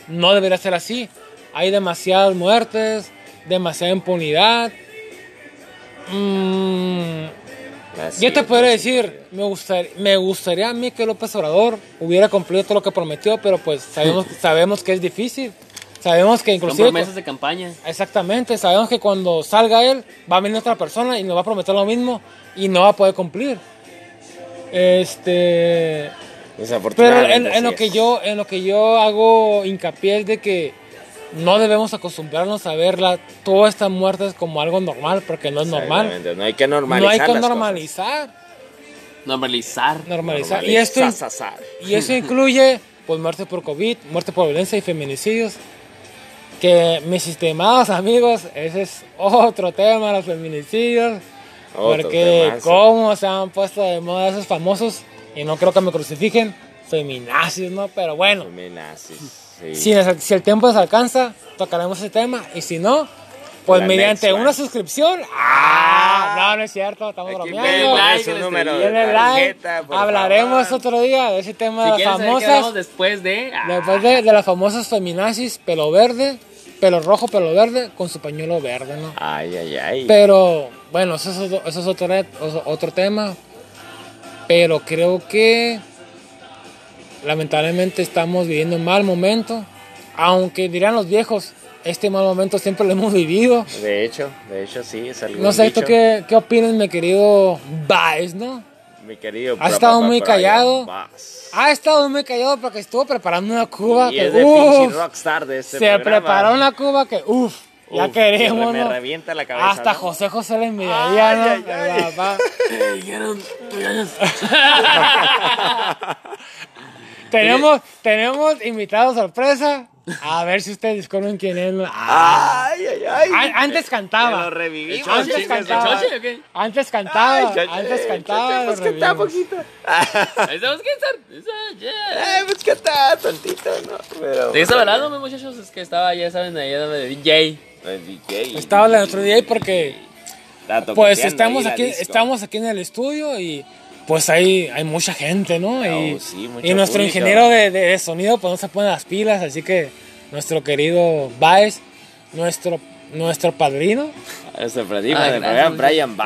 Speaker 3: no debería ser así. Hay demasiadas muertes, demasiada impunidad. Mm, yo te podría decir, me gustaría, me gustaría a mí que López Obrador hubiera cumplido todo lo que prometió, pero pues sabemos, sabemos que es difícil. Sabemos que inclusive...
Speaker 2: Son promesas de campaña.
Speaker 3: Exactamente, sabemos que cuando salga él va a venir otra persona y nos va a prometer lo mismo y no va a poder cumplir. Este... Pero en, en lo que yo, en lo que yo hago hincapié es de que no debemos acostumbrarnos a ver la, todas estas muertes como algo normal, porque no es normal.
Speaker 1: No hay que normalizar.
Speaker 3: No hay que normalizar. Cosas.
Speaker 2: Normalizar.
Speaker 3: Normalizar. Y, esto, y eso incluye pues, muerte por COVID, muerte por violencia y feminicidios. Que mis estimados amigos, ese es otro tema, los feminicidios. Otro porque temazo. cómo se han puesto de moda esos famosos, y no creo que me crucifiquen, feminazis, ¿no? Pero bueno.
Speaker 1: Feminazis.
Speaker 3: Sí. Si, el, si, el tiempo nos alcanza, tocaremos ese tema. Y si no, pues la mediante una suscripción. ¡Ah! No, no es cierto, estamos Aquí bromeando.
Speaker 1: Like, número de
Speaker 3: tarjeta, like. Hablaremos favor. otro día de ese tema
Speaker 2: si
Speaker 3: de las famosas.
Speaker 2: después de. Ah.
Speaker 3: Después de, de, las famosas feminazis, pelo verde, pelo rojo, pelo verde, con su pañuelo verde, ¿no?
Speaker 1: Ay, ay, ay.
Speaker 3: Pero, bueno, eso es, eso es otro, otro tema. Pero creo que lamentablemente estamos viviendo un mal momento, aunque dirán los viejos, este mal momento siempre lo hemos vivido.
Speaker 1: De hecho, de hecho sí, es algo.
Speaker 3: No sé, ¿tú qué, qué opinas, mi querido Baez, no?
Speaker 1: Mi querido.
Speaker 3: Ha estado muy callado. Ha estado muy callado porque estuvo preparando una cuba
Speaker 1: y
Speaker 3: que
Speaker 1: es de
Speaker 3: uf,
Speaker 1: rockstar de este
Speaker 3: Se
Speaker 1: programa.
Speaker 3: preparó una cuba que uff. Ya
Speaker 1: Uf,
Speaker 3: queremos.
Speaker 1: Me revienta la cabeza.
Speaker 3: Hasta
Speaker 1: ¿no?
Speaker 3: José José le envidiaría, ¿no? Ay, ay, ay. Papá. tenemos, tenemos invitado sorpresa. A ver si ustedes descubren quién es. Ah,
Speaker 1: Ay, ay, ay.
Speaker 3: An antes cantaba.
Speaker 1: Lo revivimos.
Speaker 3: Antes,
Speaker 2: Chingas,
Speaker 3: cantaba.
Speaker 2: ¿el choche o qué?
Speaker 3: antes cantaba. Antes cantaba. antes cantaba.
Speaker 1: Pues cantaba poquito.
Speaker 3: Ah.
Speaker 2: Ahí estamos
Speaker 1: Ay, pues cantaba tontito, ¿no? Pero.
Speaker 2: De esa balada, no, muchachos, es que estaba, ya saben, ahí de DJ.
Speaker 1: El DJ.
Speaker 3: Estaba la otro DJ porque. Pues estamos aquí, estamos aquí en el estudio y pues hay, hay mucha gente, ¿no?
Speaker 1: Oh, sí,
Speaker 3: y, nuestro
Speaker 1: público.
Speaker 3: ingeniero de, de, de, sonido pues no se pone las pilas, así que nuestro querido Baez, nuestro, nuestro padrino.
Speaker 1: Nuestro
Speaker 2: Ah,
Speaker 1: padrino pues, de Brian, Brian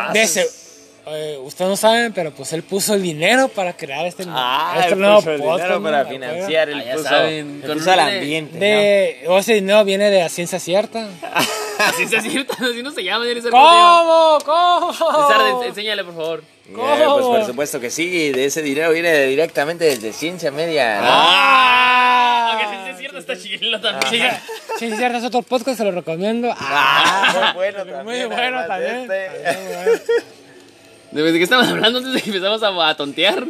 Speaker 3: eh, Ustedes no saben, pero pues él puso el dinero para crear este,
Speaker 1: ah,
Speaker 3: este
Speaker 1: él nuevo puso el podcast, dinero para ¿no? financiar este, el
Speaker 2: Ah, ya
Speaker 1: puso,
Speaker 2: saben,
Speaker 1: él
Speaker 2: con
Speaker 1: puso el
Speaker 2: un-
Speaker 1: ambiente.
Speaker 3: de, o Ese dinero viene de la ciencia cierta.
Speaker 2: Así se cierto, así no se llama, Elizar.
Speaker 3: ¿Cómo? ¿Cómo?
Speaker 2: enséñale, por favor.
Speaker 1: ¿no? Eh, pues por
Speaker 3: ¿Cómo?
Speaker 1: supuesto que sí, y de ese dinero viene directamente desde Ciencia Media. ¿no?
Speaker 3: Ah,
Speaker 2: Aunque sí, sí es cierto, está chilo también.
Speaker 3: Ciencia cierta es otro podcast, se lo recomiendo.
Speaker 1: Ah, muy bueno también.
Speaker 3: Muy bueno
Speaker 1: además
Speaker 3: también.
Speaker 1: de este.
Speaker 3: Muy bueno.
Speaker 2: ¿De qué estamos hablando antes de que empezamos a, a tontear?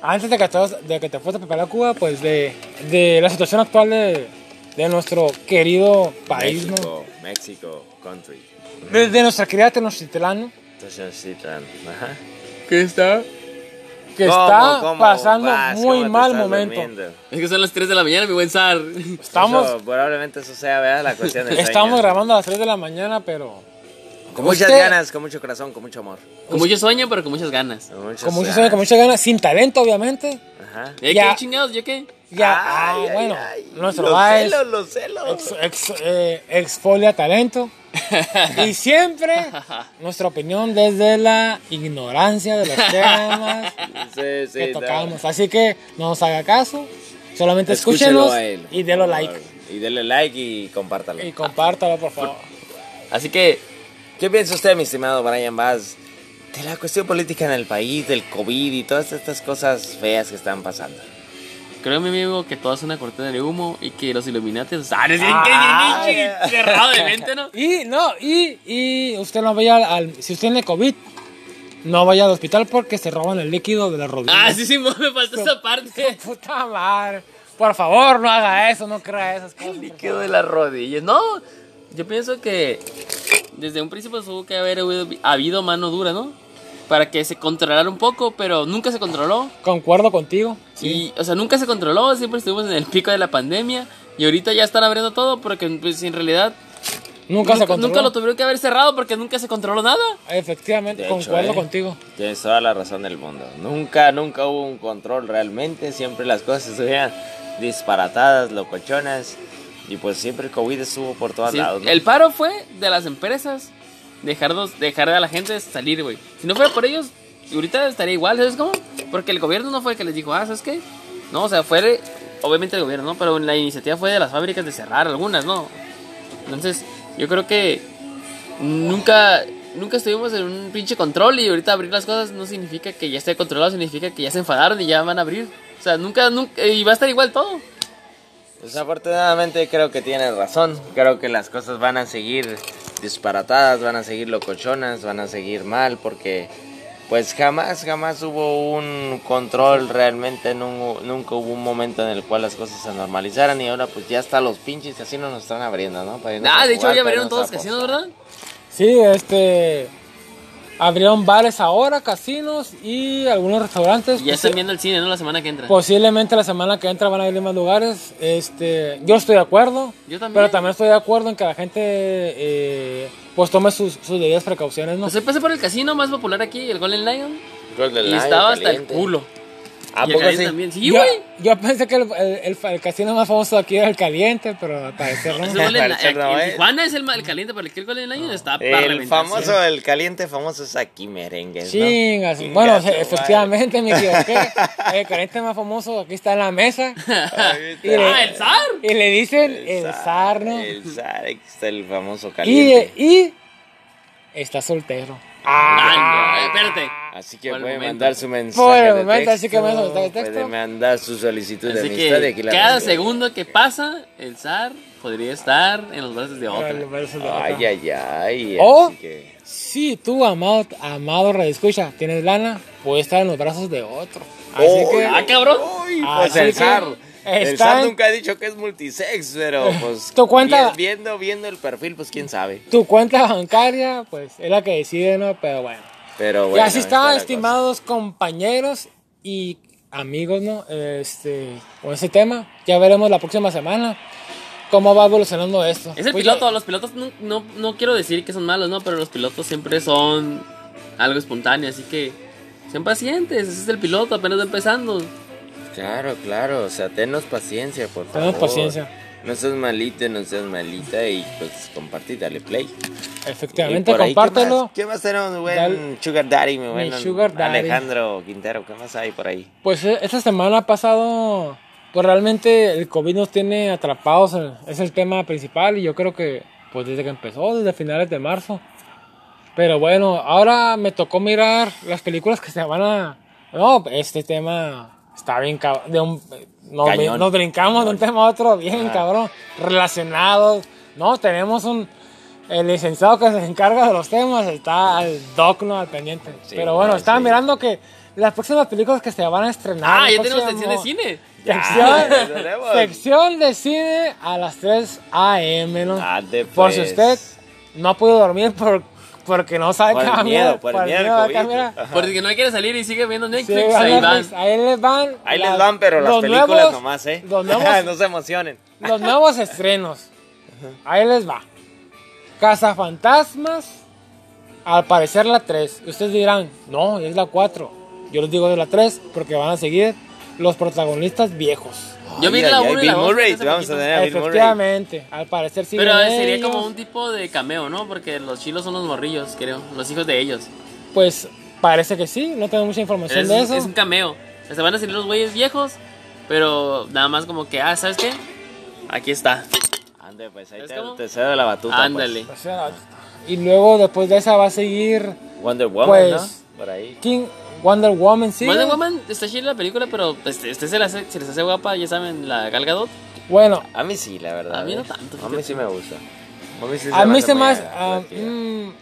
Speaker 3: Antes de que, te- de que te fuiste a preparar Cuba, pues de, de la situación actual de, de nuestro querido país, ¿no?
Speaker 1: México, México, country.
Speaker 3: De, de nuestra querida Tenochtitlán, ¿no?
Speaker 1: Entonces sí, tan- ajá.
Speaker 2: ¿Qué está?
Speaker 3: que
Speaker 1: ¿Cómo,
Speaker 3: está
Speaker 1: cómo
Speaker 3: pasando
Speaker 1: vas? ¿Cómo
Speaker 3: muy
Speaker 1: te
Speaker 3: mal
Speaker 1: estás
Speaker 3: momento.
Speaker 1: durmiendo?
Speaker 2: Es que son las 3 de la mañana, mi buen zar.
Speaker 3: Estamos,
Speaker 1: Eso, probablemente eso sea ¿verdad? la cuestión de
Speaker 3: estamos grabando a las 3 de la mañana, pero
Speaker 1: Con muchas
Speaker 3: Usted-
Speaker 1: ganas, con mucho corazón, con mucho amor.
Speaker 2: Con mucho sueño, pero con muchas ganas.
Speaker 1: Con muchas
Speaker 3: con muchos
Speaker 1: ganas.
Speaker 3: con muchas ganas, sin talento, obviamente.
Speaker 1: Ajá.
Speaker 2: ¿Eh,
Speaker 3: Ya.
Speaker 2: ¿Qué chingados? ¿Yo qué?
Speaker 3: Ya, ah, bueno, nuestro Baez
Speaker 1: Los celos, los celos.
Speaker 3: ex- ex- eh, exfolia talento. Y siempre nuestra opinión desde la ignorancia de los temas
Speaker 1: Sí, sí,
Speaker 3: que
Speaker 1: no.
Speaker 3: tocamos. Así que no nos haga caso, solamente
Speaker 1: Escúchelo
Speaker 3: escúchenos
Speaker 1: a él.
Speaker 3: y denlo
Speaker 1: por
Speaker 3: like.
Speaker 1: favor. Y denle like y compártalo.
Speaker 3: Y compártalo, por favor.
Speaker 1: Así que, ¿qué piensa usted, mi estimado Brian Bass, de la cuestión política en el país, del COVID y todas estas cosas feas que están pasando?
Speaker 2: Creo, mi amigo, que todo es una cortina de humo y que los Illuminati. ¡Ah, es
Speaker 1: Ah,
Speaker 2: bien que-
Speaker 1: ya.
Speaker 2: cerrado de mente, ¿no?
Speaker 3: Y no, y, y usted no vaya al, al- Si usted tiene COVID, no vaya al hospital porque se roban el líquido de la rodilla.
Speaker 2: Ah, sí, sí, me faltó esa parte.
Speaker 3: Puta madre. Por favor, no haga eso, no crea esas cosas. por
Speaker 2: líquido de las rodillas. No, yo pienso que desde un principio tuvo que haber habido, habido mano dura, ¿no? Para que se controlara un poco, pero nunca se controló.
Speaker 3: favor. Concuerdo contigo. Sí.
Speaker 2: Y, o sea, nunca se controló, siempre estuvimos en el pico de la pandemia. Y ahorita ya están abriendo todo porque, pues, en realidad.
Speaker 3: nunca, se controló.
Speaker 2: lo tuvieron que haber cerrado porque nunca se controló nada.
Speaker 3: Efectivamente,
Speaker 1: De hecho,
Speaker 3: concuerdo
Speaker 1: eh.
Speaker 3: contigo.
Speaker 1: Tienes toda la razón del mundo. Nunca, nunca hubo un control realmente. Siempre las cosas estuvieran disparatadas, locochonas. Y pues siempre el COVID estuvo por todos
Speaker 2: Sí,
Speaker 1: lados. ¿no?
Speaker 2: El paro fue de las empresas dejar, dos- dejar a la gente salir, güey. Si no fuera por ellos, ahorita estaría igual, ¿sabes cómo? Porque el gobierno no fue el que les dijo, ah, ¿sabes qué? No, o sea, fue de- obviamente el gobierno, ¿no? Pero la iniciativa fue de las fábricas de cerrar algunas, ¿no? Entonces, yo creo que nunca nunca estuvimos en un pinche control y ahorita abrir las cosas no significa que ya esté controlado, significa que ya se enfadaron y ya van a abrir. O sea, nunca, nunca, y va a estar igual todo.
Speaker 1: Pues afortunadamente creo que tienes razón. Creo que las cosas van a seguir disparatadas, van a seguir locochonas, van a seguir mal porque pues jamás, jamás hubo un control realmente, nu- nunca hubo un momento en el cual las cosas se normalizaran y ahora pues ya hasta los pinches casinos nos están abriendo, ¿no? Para irnos
Speaker 2: Ah,
Speaker 1: a
Speaker 2: de hecho
Speaker 1: jugar,
Speaker 2: ya
Speaker 1: para
Speaker 2: abrieron
Speaker 1: irnos
Speaker 2: todos los
Speaker 1: a
Speaker 2: casinos,
Speaker 1: apostar.
Speaker 2: ¿verdad?
Speaker 3: Sí, este. Abrieron bares ahora, casinos y algunos restaurantes.
Speaker 2: Y ya
Speaker 3: Posi-
Speaker 2: están viendo el cine, ¿no? La semana que entra.
Speaker 3: Posiblemente la semana que entra van a abrir más lugares. Este, yo estoy de acuerdo.
Speaker 2: Yo también.
Speaker 3: Pero también estoy de acuerdo en que la gente eh, pues tome sus, sus debidas precauciones, ¿no?
Speaker 2: Pues empecé por el casino más popular aquí, el Golden Lion.
Speaker 1: Golden
Speaker 2: y
Speaker 1: Lion,
Speaker 2: estaba hasta el
Speaker 1: caliente.
Speaker 2: culo.
Speaker 1: ¿A
Speaker 2: y el
Speaker 1: poco
Speaker 2: Caliente
Speaker 1: sí?
Speaker 2: también. Sí,
Speaker 3: yo,
Speaker 2: güey.
Speaker 3: yo pensé que el, el- el- el casino más famoso de aquí era el caliente, pero al parecer no.
Speaker 2: Es el Golden
Speaker 1: Parece
Speaker 2: Lion.
Speaker 1: no,
Speaker 2: En
Speaker 1: eh.
Speaker 2: Tijuana es el, ma- el caliente, pero aquí el Golden Lion está para
Speaker 1: El
Speaker 2: reventarse.
Speaker 1: famoso, el caliente famoso es aquí merengues, ¿no?
Speaker 3: Chingas.
Speaker 1: Chinga
Speaker 3: Bueno,
Speaker 1: su madre.
Speaker 3: efectivamente me equivoqué. El caliente más famoso aquí está en la mesa. Y le-
Speaker 2: ah, el zar.
Speaker 3: Y le dicen el, zar, ¿no?
Speaker 1: El zar, aquí está el famoso
Speaker 3: y,
Speaker 1: caliente.
Speaker 3: y está soltero.
Speaker 2: Ah, no, espérate.
Speaker 1: Así que
Speaker 2: Por el
Speaker 1: puede
Speaker 2: momento.
Speaker 1: mandar su mensaje
Speaker 3: Por el
Speaker 1: de
Speaker 3: momento,
Speaker 1: texto,
Speaker 3: así que manda mensaje de texto.
Speaker 1: Puede mandar su solicitud de
Speaker 2: Así
Speaker 1: amistad y
Speaker 2: que
Speaker 1: aquí la
Speaker 2: cada
Speaker 1: mandé.
Speaker 2: segundo que pasa, el zar podría estar en los brazos de
Speaker 3: Pero
Speaker 2: otra.
Speaker 3: lo parece de otra.
Speaker 1: Ay, ay, ay.
Speaker 3: O-
Speaker 1: Así que...
Speaker 3: Si tú, amado, amado redescucha, tienes lana, puede estar en los brazos de otro. Así
Speaker 1: Oh,
Speaker 3: que,
Speaker 2: ah, cabrón.
Speaker 1: Uy,
Speaker 3: Así
Speaker 1: pues el
Speaker 3: que
Speaker 1: zar. El
Speaker 3: está
Speaker 1: zar
Speaker 3: en-
Speaker 1: nunca ha dicho que es multisex, pero pues.
Speaker 3: Tu cuenta-
Speaker 1: vi- Viendo, viendo el perfil, pues quién sabe.
Speaker 3: tu cuenta bancaria, pues es la que decide, ¿no? Pero bueno.
Speaker 1: Pero Ah, bueno.
Speaker 3: y así
Speaker 1: está
Speaker 3: está,
Speaker 1: la
Speaker 3: estimados compañeros y amigos, ¿no? Este, con ese tema, ya veremos la próxima semana cómo va evolucionando esto.
Speaker 2: Es el
Speaker 3: Pues,
Speaker 2: piloto,
Speaker 3: ya-
Speaker 2: los pilotos no, no, no quiero decir que son malos, no, pero los pilotos siempre son algo espontáneo, así que sean pacientes, ese es el piloto, apenas va empezando.
Speaker 1: cosa. Claro, claro. O sea, tenos paciencia, por favor.
Speaker 3: Tenos paciencia.
Speaker 1: No seas malito, no seas malita y pues compartí, dale play. Y
Speaker 3: Efectivamente,
Speaker 1: por ahí, ¿qué
Speaker 3: compártelo.
Speaker 1: más? ¿Qué más, tenemos, mi buen
Speaker 3: Dale.
Speaker 1: Sugar Daddy, mi buen
Speaker 3: Sugar Daddy.
Speaker 1: Alejandro Quintero? ¿Qué más hay por ahí?
Speaker 3: Pues eh, esta semana ha pasado, pues realmente el COVID nos tiene atrapados, eh, es el tema principal y yo creo que pues desde que empezó, desde finales de marzo. Pero bueno, ahora me tocó mirar las películas que se van a... No, este tema está bien cabrón, de un- eh, nos,
Speaker 1: Cañón.
Speaker 3: brin- nos brincamos de un tema a otro bien
Speaker 1: Ajá.
Speaker 3: cabrón, relacionados. No, tenemos un... El licenciado que se encarga de los temas está al docno, al pendiente.
Speaker 1: Sí,
Speaker 3: Pero bueno,
Speaker 1: no,
Speaker 3: estaba
Speaker 1: sí.
Speaker 3: mirando que las próximas películas que se van a estrenar.
Speaker 2: Ah,
Speaker 3: el
Speaker 2: ya tenemos
Speaker 3: próximo-
Speaker 2: sección de cine.
Speaker 1: Ya, ya tenemos.
Speaker 3: Sección, sección de cine a las 3 a.m. ¿no?
Speaker 1: Ande,
Speaker 3: Por
Speaker 1: pues.
Speaker 3: si usted no ha podido dormir por, porque no sabe
Speaker 1: Por el
Speaker 3: caminar.
Speaker 1: miedo, por el miedo al
Speaker 3: a
Speaker 1: COVID.
Speaker 3: caminar.
Speaker 1: Ajá.
Speaker 2: Porque no quiere salir y sigue viendo
Speaker 3: Sí,
Speaker 2: Netflix, ahí van.
Speaker 3: pues, ahí les van.
Speaker 1: Ahí
Speaker 3: las-
Speaker 1: les van, pero las
Speaker 3: los
Speaker 1: películas
Speaker 3: nuevos-
Speaker 1: nomás, ¿eh?
Speaker 3: Los nuevos,
Speaker 1: no se emocionen.
Speaker 3: los nuevos estrenos. Ahí les va. Cazafantasmas, al parecer la 3. Ustedes dirán, no, es la 4. Yo les digo de la 3 porque van a seguir los protagonistas viejos.
Speaker 2: Yo vi la 1 y la 2.
Speaker 1: Murray, vamos a tener a Bill Murray.
Speaker 3: Efectivamente, al parecer sí.
Speaker 2: Eh, Pero
Speaker 3: vienen
Speaker 2: sería
Speaker 3: ellos.
Speaker 2: como un tipo de cameo, ¿no? Porque los chilos son los morrillos, creo. Los hijos de ellos.
Speaker 3: Pues parece que sí, no tengo mucha información
Speaker 2: Es,
Speaker 3: Pues de eso.
Speaker 2: es un cameo. Se van a salir los güeyes viejos, pero nada más como que, ah, ¿sabes qué? Aquí está.
Speaker 1: Ande, pues ahí
Speaker 2: ¿Es
Speaker 1: te,
Speaker 2: como?
Speaker 1: te cedo la batuta. pues.
Speaker 2: Ándale.
Speaker 3: O sea, y luego después de esa va a seguir
Speaker 1: Wonder Woman,
Speaker 3: Pues-
Speaker 1: ¿no? Por ahí.
Speaker 3: King Wonder Woman, sí.
Speaker 2: Wonder Woman está chida la película, pero pues, este se, la hace- se les hace guapa, ya saben, la Gal Gadot.
Speaker 3: Bueno,
Speaker 1: A mí sí, la verdad.
Speaker 2: A mí no
Speaker 1: ¿eh?
Speaker 2: tanto,
Speaker 1: A mí sí me gusta. A mí sí
Speaker 3: a mí se
Speaker 1: me
Speaker 3: más.
Speaker 1: hace muy
Speaker 3: ah,
Speaker 1: divertida.
Speaker 3: mm,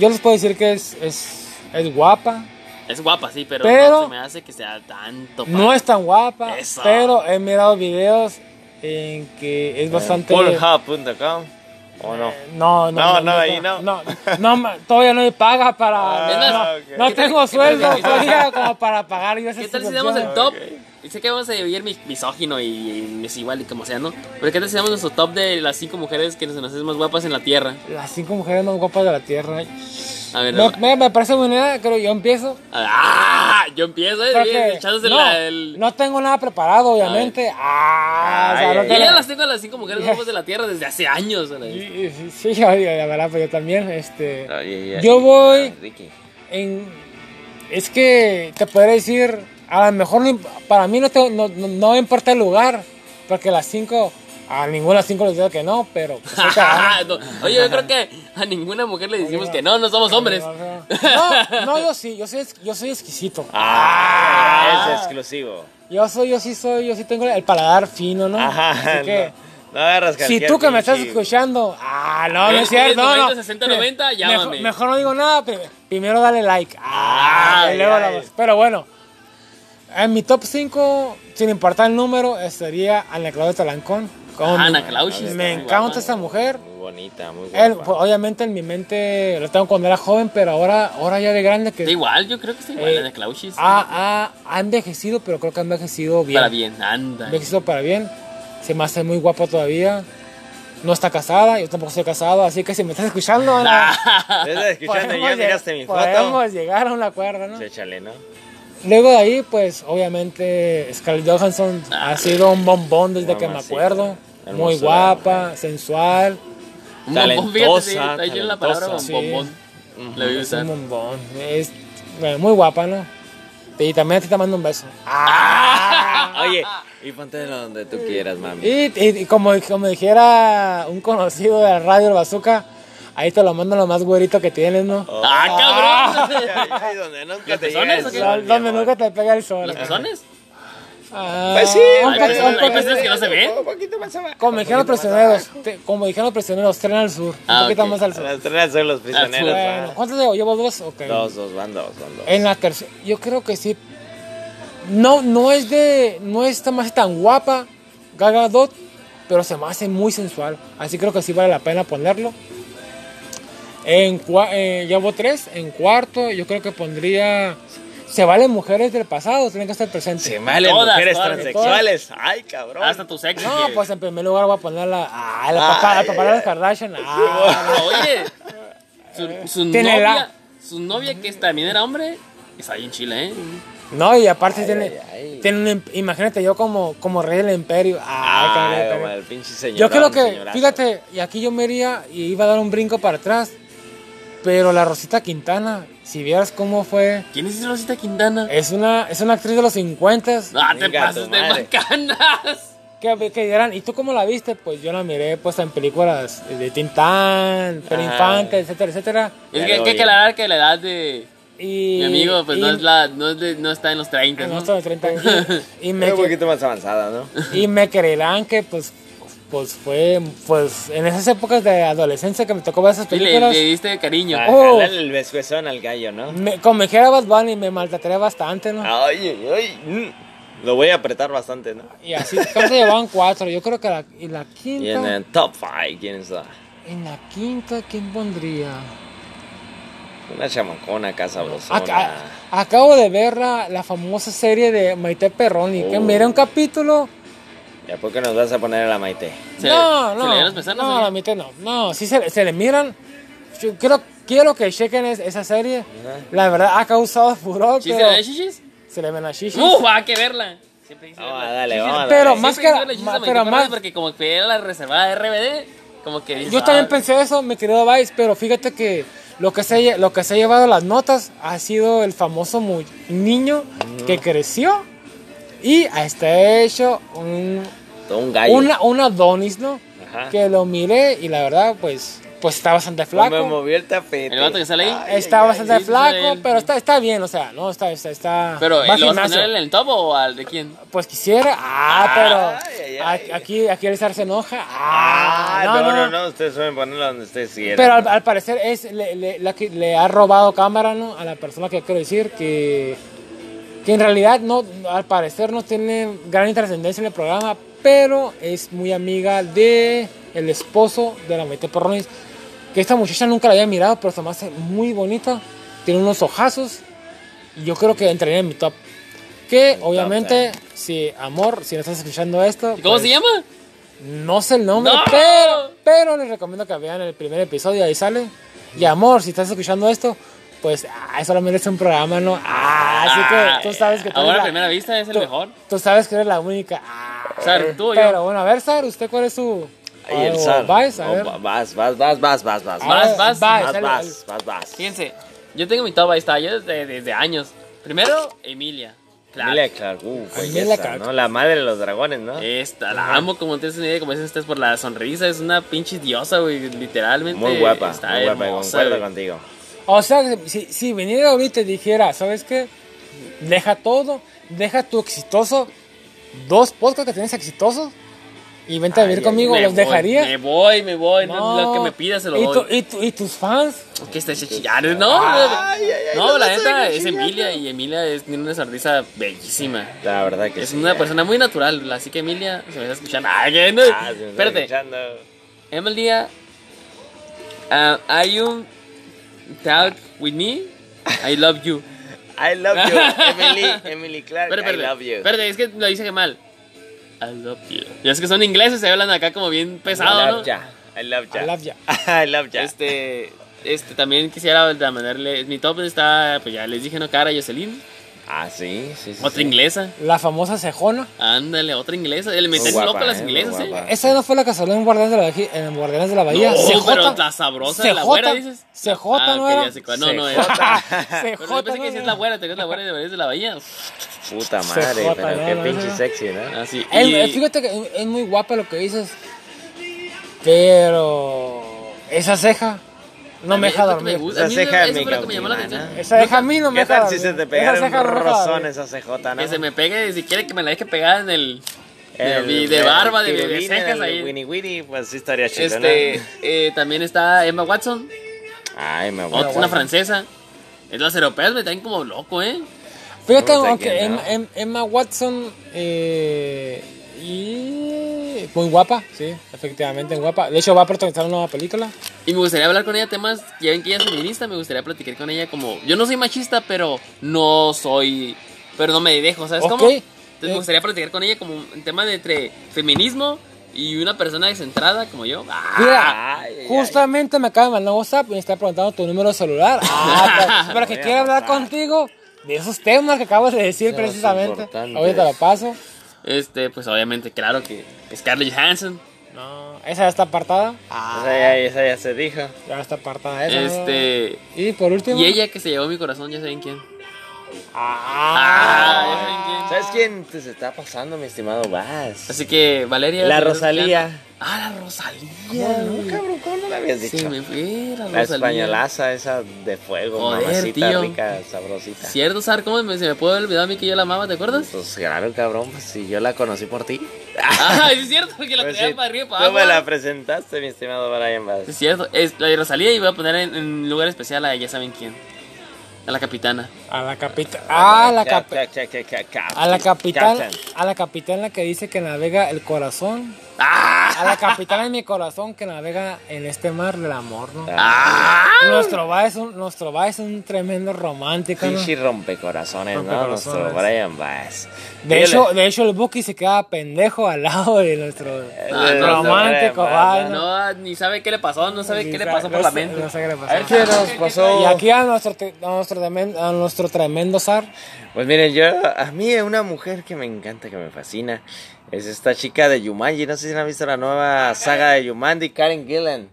Speaker 3: yo les puedo decir que es, es, es guapa.
Speaker 2: Es guapa, sí, pero,
Speaker 3: Pero-
Speaker 2: no se me hace que sea tanto. pa-
Speaker 3: No es tan guapa,
Speaker 2: Eso.
Speaker 3: pero he mirado videos en que es bastante.
Speaker 1: Pornhub.com o no. Eh,
Speaker 3: No, no,
Speaker 1: No, no, ahí no.
Speaker 3: No, no, ma- todavía no me paga para.
Speaker 2: Es más,
Speaker 3: no,
Speaker 1: Ah, ok.
Speaker 3: no
Speaker 1: ¿Qué tal-
Speaker 3: tengo sueldo
Speaker 2: qué tal-
Speaker 3: todavía como para pagar yo esas
Speaker 2: ¿Qué tal si damos el
Speaker 3: suscripciones.
Speaker 2: top?
Speaker 1: Ok.
Speaker 2: Y Sé que vamos a vivir mis- misógino y, y es igual y como sea, ¿no? Pero ¿qué tal si damos nuestro top de las cinco mujeres que se nos hacen más guapas en la tierra?
Speaker 3: Las cinco mujeres más guapas de la tierra.
Speaker 2: A ver,
Speaker 3: No, me, me parece buena idea, creo yo empiezo.
Speaker 2: ¡Ah! Yo empiezo, eh,
Speaker 3: porque
Speaker 2: echándose
Speaker 3: no,
Speaker 2: la- el-
Speaker 3: no tengo nada preparado, obviamente. Ah, o sea,
Speaker 1: Ay,
Speaker 3: no
Speaker 1: ay,
Speaker 2: Yo
Speaker 3: tengo-
Speaker 2: ya las tengo a las cinco mujeres más guapas de la tierra desde hace años. a la-
Speaker 3: Y- y- Sí, yo, yo- la verdad, pues yo también. Este,
Speaker 1: Oye, Ah, ya-
Speaker 3: yo voy
Speaker 1: Ricky.
Speaker 3: en. Es que te podría decir, a lo mejor no imp- para mí no, te- no, no- no importa el lugar, porque las cinco, a ninguna de las cinco les digo que no, pero. pues, ahí te va.
Speaker 2: Ah, No, Oye, yo creo que a ninguna mujer le decimos que no, no somos hombres.
Speaker 3: No, no, yo sí, yo soy, ex- yo soy exquisito.
Speaker 1: Ah, es exclusivo.
Speaker 3: Yo soy, yo sí soy, yo sí tengo el paladar fino, ¿no?
Speaker 1: Ajá.
Speaker 3: Ah, Así que,
Speaker 1: no, no agarras
Speaker 3: si
Speaker 1: cualquier
Speaker 3: tú que me estás
Speaker 1: pinche-
Speaker 3: escuchando, ah, no, no
Speaker 2: Eh,
Speaker 3: es cierto, no, no.
Speaker 2: 90, 60, 90,
Speaker 3: Mejor-
Speaker 2: llámame.
Speaker 3: Mejor, no digo nada, pri- primero dale like. Ah,
Speaker 1: Ay,
Speaker 3: y luego
Speaker 1: ay.
Speaker 3: la voz. Pero bueno, en mi top 5, sin importar el número, estaría Ana Claudia Talancón. Con-
Speaker 2: Ana Clausis.
Speaker 3: Me encanta esta mujer.
Speaker 1: Muy bonita, muy
Speaker 3: Él,
Speaker 1: guapa.
Speaker 3: pues, obviamente en mi mente lo tengo cuando era joven, pero ahora, ahora ya de grande que
Speaker 2: Está igual, yo creo que está igual,
Speaker 3: Eh,
Speaker 2: Ana Clausis.
Speaker 3: ha, ha- ha envejecido, pero creo que ha envejecido bien.
Speaker 2: Para bien, anda.
Speaker 3: Envejecido para bien. Se me hace muy guapa todavía. No está casada, yo tampoco estoy casado, así que si me estás escuchando, Ana,
Speaker 1: ¿Te estás escuchando?
Speaker 3: podemos
Speaker 1: ¿Ya
Speaker 3: lleg-
Speaker 1: miraste mi foto?
Speaker 3: Podemos llegar a un acuerdo, ¿no?
Speaker 1: Échale, ¿no?
Speaker 3: Luego de ahí, pues obviamente Scarlett Johansson ha sido un bombón desde que me
Speaker 1: Ah. Mamacita.
Speaker 3: acuerdo. Muy
Speaker 1: Hermosura,
Speaker 3: guapa, sensual.
Speaker 2: Un bombón, fíjate, sí,
Speaker 1: Talentosa,
Speaker 2: está ahí en la palabra
Speaker 1: talentosa.
Speaker 2: bombón. La voy a
Speaker 3: Es un
Speaker 2: usar.
Speaker 3: bombón. Es bueno, muy guapa, ¿no? Y también a ti te mando un beso. Ah.
Speaker 1: Oye, y póntelo donde tú quieras, mami.
Speaker 3: Y, y- y como, como dijera un conocido de la radio El Bazooka, ahí te lo mando lo más güerito que tienes, ¿no?
Speaker 2: ¡Ah, cabrón!
Speaker 1: Ahí donde nunca
Speaker 2: ¿Los
Speaker 1: te llega
Speaker 2: pezones
Speaker 1: el
Speaker 2: o qué?
Speaker 1: sol, mi
Speaker 3: Donde
Speaker 1: amor.
Speaker 3: nunca te pega el sol.
Speaker 2: ¿Los pezones?
Speaker 3: Ah,
Speaker 1: Pues sí,
Speaker 3: un
Speaker 1: hay
Speaker 2: cacho-
Speaker 3: pez- un
Speaker 1: personas-
Speaker 2: hay
Speaker 3: pez-
Speaker 2: personas que no se ven.
Speaker 1: Un poquito más abajo.
Speaker 3: Como dijeron los prisioneros, te- como dijeron los prisioneros, tren al sur.
Speaker 2: Ah,
Speaker 3: un poquito
Speaker 2: ok.
Speaker 3: más al sur.
Speaker 1: Las tres son los prisioneros.
Speaker 3: Bueno,
Speaker 1: ¿verdad?
Speaker 3: ¿cuántos llevo? ¿Llevo dos? Ok.
Speaker 1: Dos, dos, van dos, van dos.
Speaker 3: En la tercera, yo creo que sí. No, no es de, no es tan, más tan guapa, Gal Gadot, pero se me hace muy sensual. Así creo que sí vale la pena ponerlo. En cua- eh, llevo tres, en cuarto yo creo que pondría, se valen mujeres del pasado, tienen que estar presentes.
Speaker 1: Se valen
Speaker 2: Todas,
Speaker 1: mujeres
Speaker 2: todas,
Speaker 1: transexuales. Ay, cabrón.
Speaker 2: Hasta tu sexo.
Speaker 3: No,
Speaker 2: que-
Speaker 3: pues en primer lugar voy a poner la, ah, la papá,
Speaker 1: Ay,
Speaker 3: la papá de las Kardashian. Ah,
Speaker 2: Ah, Oye, su, su
Speaker 3: Tiene
Speaker 2: novia,
Speaker 3: la-
Speaker 2: su novia que también era hombre, está ahí en Chile, ¿eh?
Speaker 3: No, y aparte tiene,
Speaker 1: ay, ay.
Speaker 3: tiene un imp- imagínate yo como, como rey del imperio. Ah, cabrón,
Speaker 1: Ay,
Speaker 3: cabrón.
Speaker 1: como el pinche señor.
Speaker 3: Yo creo que, fíjate, y aquí yo me iría y iba a dar un brinco para atrás. Pero la Rosita Quintana, si vieras cómo fue,
Speaker 2: ¿Quién es esa Rosita Quintana?
Speaker 3: es una, es una actriz de los 50
Speaker 2: Ah, te
Speaker 1: Venga,
Speaker 2: pasas
Speaker 1: tu
Speaker 2: de
Speaker 1: madre.
Speaker 2: bacanas.
Speaker 3: que, que dirán, ¿y tú cómo la viste? Pues yo la miré pues en películas de Tintán, Pero
Speaker 1: Ajá.
Speaker 3: Infante, etcétera, etcétera.
Speaker 2: Es
Speaker 1: Ya
Speaker 2: que
Speaker 1: lo
Speaker 2: hay que
Speaker 1: vi.
Speaker 2: aclarar que la edad de
Speaker 3: Y,
Speaker 2: mi amigo, pues
Speaker 3: y-
Speaker 2: no, es la, no, es de- no está en los 30,
Speaker 3: Pues no,
Speaker 2: ¿no?
Speaker 3: esto de 30 años. Y me,
Speaker 1: un
Speaker 3: que-
Speaker 1: poquito más avanzada, ¿no?
Speaker 3: y me creerán que pues pues fue pues en esas épocas de adolescencia que me tocó ver esas
Speaker 2: Y le, le
Speaker 3: películas
Speaker 2: diste cariño.
Speaker 1: Para
Speaker 3: Oh.
Speaker 1: jalarle el bescuezón al gallo, ¿no?
Speaker 3: me, como me dijera Bad Bunny me maltrataría bastante
Speaker 2: Ah.
Speaker 3: no
Speaker 1: Ay, ay, ay. mm. Lo voy a apretar bastante, ¿no?
Speaker 3: y así creo que llevaban cuatro yo creo que la, y la
Speaker 1: Y en
Speaker 2: eh.
Speaker 3: quinta
Speaker 1: el top 5, ¿quién está?
Speaker 3: en la quinta quién pondría
Speaker 1: Una chamacona acá
Speaker 3: Ac-
Speaker 1: sabrosona.
Speaker 3: a- acabo de ver la, la famosa serie de Maite Perroni que
Speaker 1: Oh.
Speaker 3: miré un capítulo
Speaker 1: ¿Y a poco nos vas a poner a la Maite?
Speaker 2: ¿Se-
Speaker 3: no
Speaker 2: ¿Se le dieron
Speaker 3: no
Speaker 2: los pezones?
Speaker 3: no
Speaker 2: o
Speaker 3: la
Speaker 2: qué?
Speaker 3: mitad no no sí se, le- se le miran yo creo quiero que chequen es- esa serie la verdad ha causado furor
Speaker 2: ¿Sí se
Speaker 3: pero-
Speaker 2: le Uh, dan chichis?
Speaker 3: Se le ven las shishis.
Speaker 2: ¡Uf! Hay que verla. Siempre quise
Speaker 1: Vamos,
Speaker 2: verla.
Speaker 1: Ah, dale, vamos, dale.
Speaker 3: Pero más
Speaker 2: Siempre
Speaker 3: que.
Speaker 2: quise verla,
Speaker 3: ma-
Speaker 2: Hechizos
Speaker 3: Pero más.
Speaker 2: porque como que era la reservada de RBD, como que... dices,
Speaker 3: Yo también
Speaker 2: ah,
Speaker 3: pensé eso, mi querido Vice, pero fíjate que lo que se, lle- lo que se ha llevado las notas ha sido el famoso mu- niño que creció y está hecho un,
Speaker 1: Todo un gallo.
Speaker 3: una, un Adonis, ¿no?
Speaker 1: Ajá.
Speaker 3: Que lo miré y la verdad, pues, pues está bastante
Speaker 1: No Me
Speaker 3: flaco.
Speaker 1: movió el tapete.
Speaker 2: El vato que sale ahí.
Speaker 1: Ay,
Speaker 3: Está
Speaker 1: ay,
Speaker 3: bastante
Speaker 2: sí, sí,
Speaker 3: flaco,
Speaker 2: sí.
Speaker 3: pero está, está bien, o sea, no, está, está, está.
Speaker 2: Pero,
Speaker 3: va
Speaker 2: ¿eh,
Speaker 3: al
Speaker 2: ¿lo vas a
Speaker 3: gimnasio.
Speaker 2: poner en el top o al de quién?
Speaker 3: Pues quisiera, ah, pero
Speaker 1: ay, ay,
Speaker 3: a- aquí, aquí el zar se enoja, ah,
Speaker 1: Ah, no, no, no, ustedes suelen ponerlo donde ustedes quieran.
Speaker 3: Pero al, al parecer es le, le- la que le ha robado cámara ¿no? a la persona que quiero decir que, que en realidad no al parecer no tiene gran trascendencia en el programa, pero es muy amiga de el esposo de la Maite Perronis, que esta muchacha nunca la había mirado, pero se me hace muy bonita, tiene unos ojazos y yo creo que entraría en mi top. Que obviamente, si amor, si no estás escuchando esto,
Speaker 2: eh. ¿Y ¿Cómo
Speaker 3: pues,
Speaker 2: se llama?
Speaker 3: no sé el nombre,
Speaker 2: ¡No!
Speaker 3: pero, pero les recomiendo que vean el primer episodio, ahí sale. Y amor, si estás escuchando esto, pues ah, eso lo merece un programa, ¿no? Ah,
Speaker 2: Ah,
Speaker 3: así que tú sabes que tú
Speaker 2: Ahora a
Speaker 3: eres
Speaker 2: primera vista es el
Speaker 3: tú-
Speaker 2: mejor.
Speaker 3: Tú sabes que eres la única. Ah,
Speaker 2: Sar, tú o yo.
Speaker 3: pero bueno, a ver, Sar, ¿usted cuál es su.
Speaker 1: Ay, el Oh,
Speaker 3: o
Speaker 1: zar.
Speaker 3: Vice, oh, a
Speaker 1: No,
Speaker 3: ver.
Speaker 1: va- vas, vas, vas, vas, vas, vas.
Speaker 3: Ah,
Speaker 2: vas, vas,
Speaker 3: Vice,
Speaker 1: Vas,
Speaker 3: el-
Speaker 1: vas, vas, vas.
Speaker 2: Fíjense, yo tengo mi top, ahí está, yo desde, desde años. Primero, Emilia. Claro.
Speaker 1: Emilia Clark, uh, belleza,
Speaker 3: Emilia Clark.
Speaker 1: ¿no? La madre de los dragones, ¿no?
Speaker 2: Esta, la amo como te idea, como dicen ustedes por la sonrisa, es una pinche diosa, güey, literalmente.
Speaker 1: muy guapa,
Speaker 2: está
Speaker 1: muy guapa,
Speaker 2: hermosa,
Speaker 1: concuerdo
Speaker 2: güey.
Speaker 1: contigo.
Speaker 3: O sea, si, si viniera ahorita y dijera, ¿sabes qué? Deja todo, deja tu exitoso, dos podcasts que tienes exitosos y vente a
Speaker 1: Ay,
Speaker 3: vivir
Speaker 1: ay,
Speaker 3: conmigo,
Speaker 2: Me
Speaker 3: ¿los
Speaker 2: voy,
Speaker 3: dejaría?
Speaker 2: Me voy, me voy,
Speaker 3: No.
Speaker 2: lo que me pidas se lo
Speaker 3: ¿Y
Speaker 2: doy.
Speaker 3: tu- y, tu- y tus fans?
Speaker 2: Que está hecha chillar, no,
Speaker 1: Ay, ay, ay,
Speaker 2: no,
Speaker 1: no
Speaker 2: la
Speaker 1: me
Speaker 2: neta
Speaker 1: salgas
Speaker 2: es
Speaker 1: chillando.
Speaker 2: Emilia y Emilia es, tiene una sonrisa bellísima.
Speaker 1: La verdad que
Speaker 2: Es
Speaker 1: sí,
Speaker 2: una
Speaker 1: eh.
Speaker 2: persona muy natural, así que Emilia se me está escuchando. Ay, que no.
Speaker 1: Ah, si me estás
Speaker 2: Espérate,
Speaker 1: escuchando.
Speaker 2: Emilia, um, are you talk with me? I love you.
Speaker 1: I love you, Emily, Emily Clark,
Speaker 2: Espérate,
Speaker 1: I love
Speaker 2: espérate,
Speaker 1: you.
Speaker 2: espérate, es que lo dice que mal. I love you. Ya es que son ingleses, se hablan acá como bien
Speaker 1: I
Speaker 2: pesado,
Speaker 1: love
Speaker 2: ¿no?
Speaker 1: ya, I love ya.
Speaker 3: I love ya.
Speaker 1: I love ya.
Speaker 2: Este, este, también quisiera mandarle, mi top está, pues ya les dije, no, cara, Jocelyn,
Speaker 1: Ah, sí, sí, sí.
Speaker 2: otra
Speaker 1: sí.
Speaker 2: inglesa.
Speaker 3: La famosa cejona.
Speaker 2: Ándale, otra inglesa. Le meten
Speaker 1: guapa,
Speaker 2: loco a las
Speaker 1: eh,
Speaker 2: inglesas,
Speaker 1: muy
Speaker 2: eh.
Speaker 1: guapa.
Speaker 3: Esa no fue la que salió en Guardianes de la, Baji- en Guardianes de la Bahía.
Speaker 2: No,
Speaker 3: CJ.
Speaker 2: pero la sabrosa, la güera, dices.
Speaker 3: CJ,
Speaker 2: Ah,
Speaker 3: ¿no
Speaker 2: ok,
Speaker 3: era?
Speaker 2: ya sé cuál. No, no,
Speaker 1: CJ.
Speaker 2: es.
Speaker 3: CJ,
Speaker 2: Pero yo pensé que
Speaker 3: ¿no?
Speaker 2: si es la güera, te crees la güera de Valles de la Bahía.
Speaker 1: Puta madre,
Speaker 3: CJ,
Speaker 1: pero
Speaker 3: no,
Speaker 1: qué
Speaker 3: no,
Speaker 1: pinche
Speaker 3: no.
Speaker 1: sexy, ¿no?
Speaker 2: Así.
Speaker 3: Él- eh,
Speaker 2: y-
Speaker 3: él- fíjate que es- es muy guapa lo que dices. Pero. Esa ceja no me
Speaker 2: a mí es
Speaker 3: deja
Speaker 2: lo que me
Speaker 3: dormir.
Speaker 2: gusta.
Speaker 1: Esa
Speaker 2: A mí
Speaker 1: ceja
Speaker 2: eso
Speaker 1: me
Speaker 2: fue lo que me llamó la
Speaker 1: cautiva,
Speaker 2: atención.
Speaker 3: Esa ceja a mí no me
Speaker 1: ¿Qué
Speaker 3: deja
Speaker 1: tal
Speaker 3: dormir.
Speaker 1: si se te
Speaker 3: Esa
Speaker 1: pegara un
Speaker 3: ceja no me deja
Speaker 1: rozón
Speaker 3: dormir.
Speaker 1: esa cejota, no?
Speaker 2: Que se me pegue, si quiere que me la deje pegada en el. De,
Speaker 1: El-
Speaker 2: mi- de
Speaker 1: el
Speaker 2: barba, de, de
Speaker 1: pirulina,
Speaker 2: cejas
Speaker 1: el
Speaker 2: ahí.
Speaker 1: Winnie Winnie, pues sí estaría chido,
Speaker 2: Este,
Speaker 1: ¿no?
Speaker 2: eh, también está Emma Watson,
Speaker 1: Ay, me
Speaker 2: otra,
Speaker 1: voy.
Speaker 2: una francesa. Es las europeas me traen como loco, ¿eh?
Speaker 3: Fíjate,
Speaker 1: No sé
Speaker 3: aunque
Speaker 1: quién,
Speaker 3: Em-
Speaker 1: ¿no?
Speaker 3: Em- Emma Watson eh, y muy guapa, sí, efectivamente guapa. De hecho va a protagonizar una nueva película.
Speaker 2: Y me gustaría hablar con ella temas, ya ven que ella es feminista, me gustaría platicar con ella como, yo no soy machista, pero no soy, pero no me dejo, ¿sabes
Speaker 3: Ok.
Speaker 2: cómo? Entonces
Speaker 3: Eh.
Speaker 2: me gustaría platicar con ella como un tema de entre feminismo y una persona descentrada como yo. Ah,
Speaker 3: Mira,
Speaker 1: Ay, ay,
Speaker 3: justamente me acaba de mandar un WhatsApp y me está preguntando tu número de celular. Ah, pero, pero que
Speaker 1: Voy a
Speaker 3: quiere hablar
Speaker 1: anotar.
Speaker 3: contigo de esos temas que acabas de decir
Speaker 1: Temas
Speaker 3: precisamente.
Speaker 1: importantes.
Speaker 3: Ahorita lo paso.
Speaker 2: Este, pues obviamente, claro que Scarlett Johansson.
Speaker 3: No, esa ya está apartada.
Speaker 1: Esa ya, esa ya se dijo.
Speaker 3: Ya está apartada esa.
Speaker 2: Este,
Speaker 3: Y por último.
Speaker 2: y ella que se llevó mi corazón, ya saben quién.
Speaker 3: Ah.
Speaker 2: Ah, ya saben quién.
Speaker 1: ¿Sabes quién te se está pasando, mi estimado Vaz?
Speaker 2: Así que Valeria.
Speaker 1: La
Speaker 2: si nos
Speaker 1: Rosalía.
Speaker 2: escuchan- Ah, la Rosalía.
Speaker 1: No, cabrón, ¿cómo no la habías dicho?
Speaker 2: Sí, me fui, la
Speaker 1: La
Speaker 2: Rosalía.
Speaker 1: españolaza esa de fuego,
Speaker 2: Joder,
Speaker 1: mamacita
Speaker 2: tío.
Speaker 1: rica, sabrosita.
Speaker 2: Cierto, ¿sabes cómo me- se me puede olvidar a mí que yo la amaba? ¿Te acuerdas?
Speaker 1: Pues claro, cabrón, pues si yo la conocí por ti.
Speaker 2: Ah, sí es cierto, porque la
Speaker 1: Pues,
Speaker 2: traía
Speaker 1: si
Speaker 2: para arriba y para
Speaker 1: Tú me
Speaker 2: abajo.
Speaker 1: la presentaste, mi estimado Brian Vaz.
Speaker 2: Sí Es cierto, es la de Rosalía y voy a poner en, en lugar especial a ya saben quién. A la capitana.
Speaker 3: A la capita. Ah, la
Speaker 1: Cap-
Speaker 3: capita.
Speaker 1: cap- cap- cap- cap-
Speaker 3: A la capitán,
Speaker 1: Captain.
Speaker 3: a la capitana que dice que navega el corazón
Speaker 1: ¡Ah!
Speaker 3: A la capitana de mi corazón que navega en este mar del amor, ¿no?
Speaker 1: ¡Ah!
Speaker 3: Nuestro va es un, nuestro va es un tremendo romántico, ¿no?
Speaker 1: Pinche rompecorazones, ¿no?
Speaker 3: Rompecorazones.
Speaker 1: Nuestro Brian Bass.
Speaker 3: De hecho, de hecho el Buki se queda pendejo al lado de nuestro
Speaker 2: Ah, no,
Speaker 3: romántico,
Speaker 1: Eh, no, no,
Speaker 3: vaina.
Speaker 2: No, ni sabe qué le pasó, no sabe
Speaker 3: Sí,
Speaker 2: qué le
Speaker 3: sa-
Speaker 2: pasó por
Speaker 3: no
Speaker 2: la
Speaker 3: sé-
Speaker 2: mente.
Speaker 3: no sé qué le pasó.
Speaker 1: A ver qué nos pasó.
Speaker 3: Y aquí a nuestro, te- a nuestro, tremen- a nuestro tremendo zar.
Speaker 1: Pues miren, yo, a mí una mujer que me encanta, que me fascina, es esta chica de Yumanji. No sé si han visto la nueva saga de Yumanji, Karen Gillan.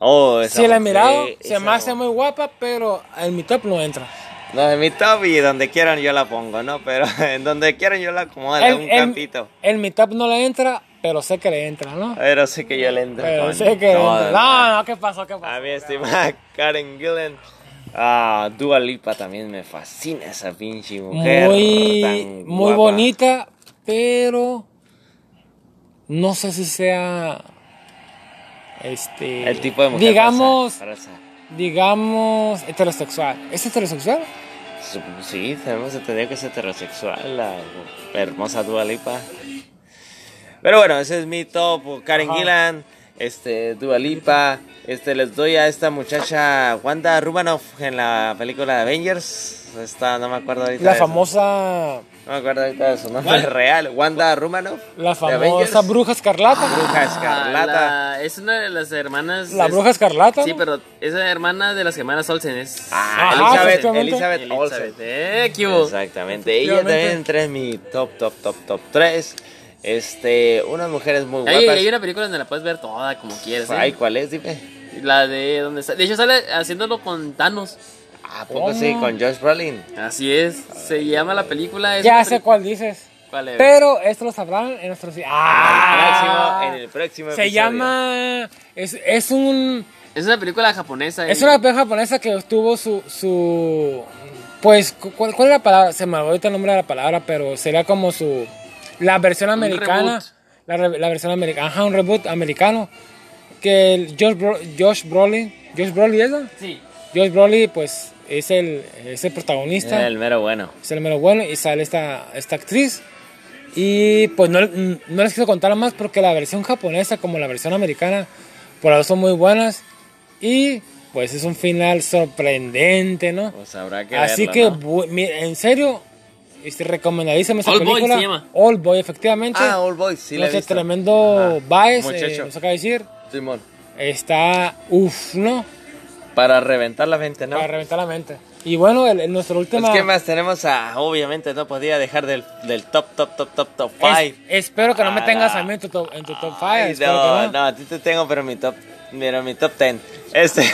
Speaker 1: Oh, esa
Speaker 3: Si la he
Speaker 1: mujer,
Speaker 3: mirado, se
Speaker 1: esa
Speaker 3: me hace
Speaker 1: mu-
Speaker 3: muy guapa, pero en mi top no entra.
Speaker 1: No, en mi top y donde quieran yo la pongo, ¿no? Pero en donde quieran yo la acomodo, le hago un campito.
Speaker 3: en mi top no le entra, pero sé que le entra, ¿no?
Speaker 1: Pero sé que yo le entro
Speaker 3: Pero
Speaker 1: con
Speaker 3: sé que
Speaker 1: todo,
Speaker 3: le entra. No, no, ¿qué pasó? ¿Qué pasó?
Speaker 1: A mi estimada Karen Gillan. Ah, Dua Lipa también me fascina esa pinche mujer.
Speaker 3: muy,
Speaker 1: tan
Speaker 3: muy
Speaker 1: guapa.
Speaker 3: bonita, pero no sé si sea este
Speaker 1: El tipo de mujer.
Speaker 3: digamos
Speaker 1: raza, raza.
Speaker 3: digamos heterosexual. ¿Es heterosexual?
Speaker 1: Sup- Sí, tenemos entendido que es heterosexual, la hermosa Dua Lipa. Pero bueno, ese es mi top. Karen
Speaker 3: Ajá.
Speaker 1: Gillan, este, Dua Lipa. Este, les doy a esta muchacha Wanda Rubanoff en la película de Avengers. Esta, no me acuerdo ahorita.
Speaker 3: La
Speaker 1: de su-
Speaker 3: famosa
Speaker 1: No me acuerdo ahorita de su nombre real. Wanda Rubanoff.
Speaker 3: la
Speaker 1: de Avengers.
Speaker 3: famosa bruja escarlata.
Speaker 1: Bruja
Speaker 2: Ah,
Speaker 1: escarlata.
Speaker 2: la- es una de las hermanas.
Speaker 3: La
Speaker 2: es-
Speaker 3: bruja escarlata.
Speaker 2: Sí,
Speaker 3: ¿no?
Speaker 2: pero es la hermana de las hermanas Olsen. Es
Speaker 1: Ah,
Speaker 3: Ajá,
Speaker 1: Elizabeth,
Speaker 3: exactamente.
Speaker 1: Elizabeth, Olsen.
Speaker 2: Elizabeth. Eh, ¿qué hubo?
Speaker 1: Exactamente. Ella también entra en mi top, top, top, top 3. Este, unas mujeres muy
Speaker 2: Hay,
Speaker 1: guapas.
Speaker 2: hay una película donde la puedes ver toda como quieres. ¿eh?
Speaker 1: Ay, ¿cuál es? Dime.
Speaker 2: La de donde sa- De hecho, sale haciéndolo con Thanos.
Speaker 1: Ah, poco sí, con Josh Brolin.
Speaker 2: Así es. Se llama la película. es una
Speaker 3: Ya sé
Speaker 2: película-
Speaker 3: cuál dices.
Speaker 2: ¿Cuál
Speaker 1: Eh.
Speaker 2: es?
Speaker 3: Pero esto lo sabrán en nuestro ¡Ah!
Speaker 1: en el próximo
Speaker 3: Se
Speaker 1: episodio.
Speaker 3: llama es, es un
Speaker 2: Es una película japonesa.
Speaker 3: Es
Speaker 2: y-
Speaker 3: una película japonesa que tuvo su, su pues, cu- ¿cuál, cuál es la palabra? Se me olvidó ahorita el nombre de la palabra, pero sería como su, la versión americana,
Speaker 2: reboot.
Speaker 3: la, re- la versión americana, ajá, un reboot americano, que el Josh, Bro- Josh Brolin, Josh Brolin, ¿es no?
Speaker 2: Sí.
Speaker 3: Josh Brolin, pues, es el, es el protagonista,
Speaker 1: El mero bueno.
Speaker 3: es el mero bueno, y sale esta, esta actriz, y pues no, no les quiero contar más porque la versión japonesa como la versión americana, por las dos son muy buenas. Y pues es un final sorprendente, ¿no?
Speaker 1: Pues habrá que
Speaker 3: Así
Speaker 1: verla,
Speaker 3: que,
Speaker 1: ¿no?
Speaker 3: bu- mi- en serio, este, recomendadísima esa
Speaker 2: Old Boy
Speaker 3: película.
Speaker 2: se llama.
Speaker 3: All Boy, efectivamente.
Speaker 1: Ah, All Boys, sí la he
Speaker 3: Nuestro
Speaker 1: visto.
Speaker 3: tremendo
Speaker 1: Ajá.
Speaker 3: Baez, eh,
Speaker 1: Muchacho.
Speaker 3: nos acaba de decir,
Speaker 1: Simón.
Speaker 3: está uff, ¿no?
Speaker 1: Para reventar la mente, ¿no?
Speaker 3: Para reventar la mente. Y bueno, el, el- nuestro
Speaker 1: Pues,
Speaker 3: último...
Speaker 1: ¿qué más tenemos? Ah, obviamente no podía dejar del, del top, top, top, top, top 5.
Speaker 3: espero que no me
Speaker 1: Ah,
Speaker 3: tengas
Speaker 1: la-
Speaker 3: a mí en tu top, en tu top
Speaker 1: Ay,
Speaker 3: 5.
Speaker 1: no, no, a ti te tengo, pero mi top, pero mi top 10. Este.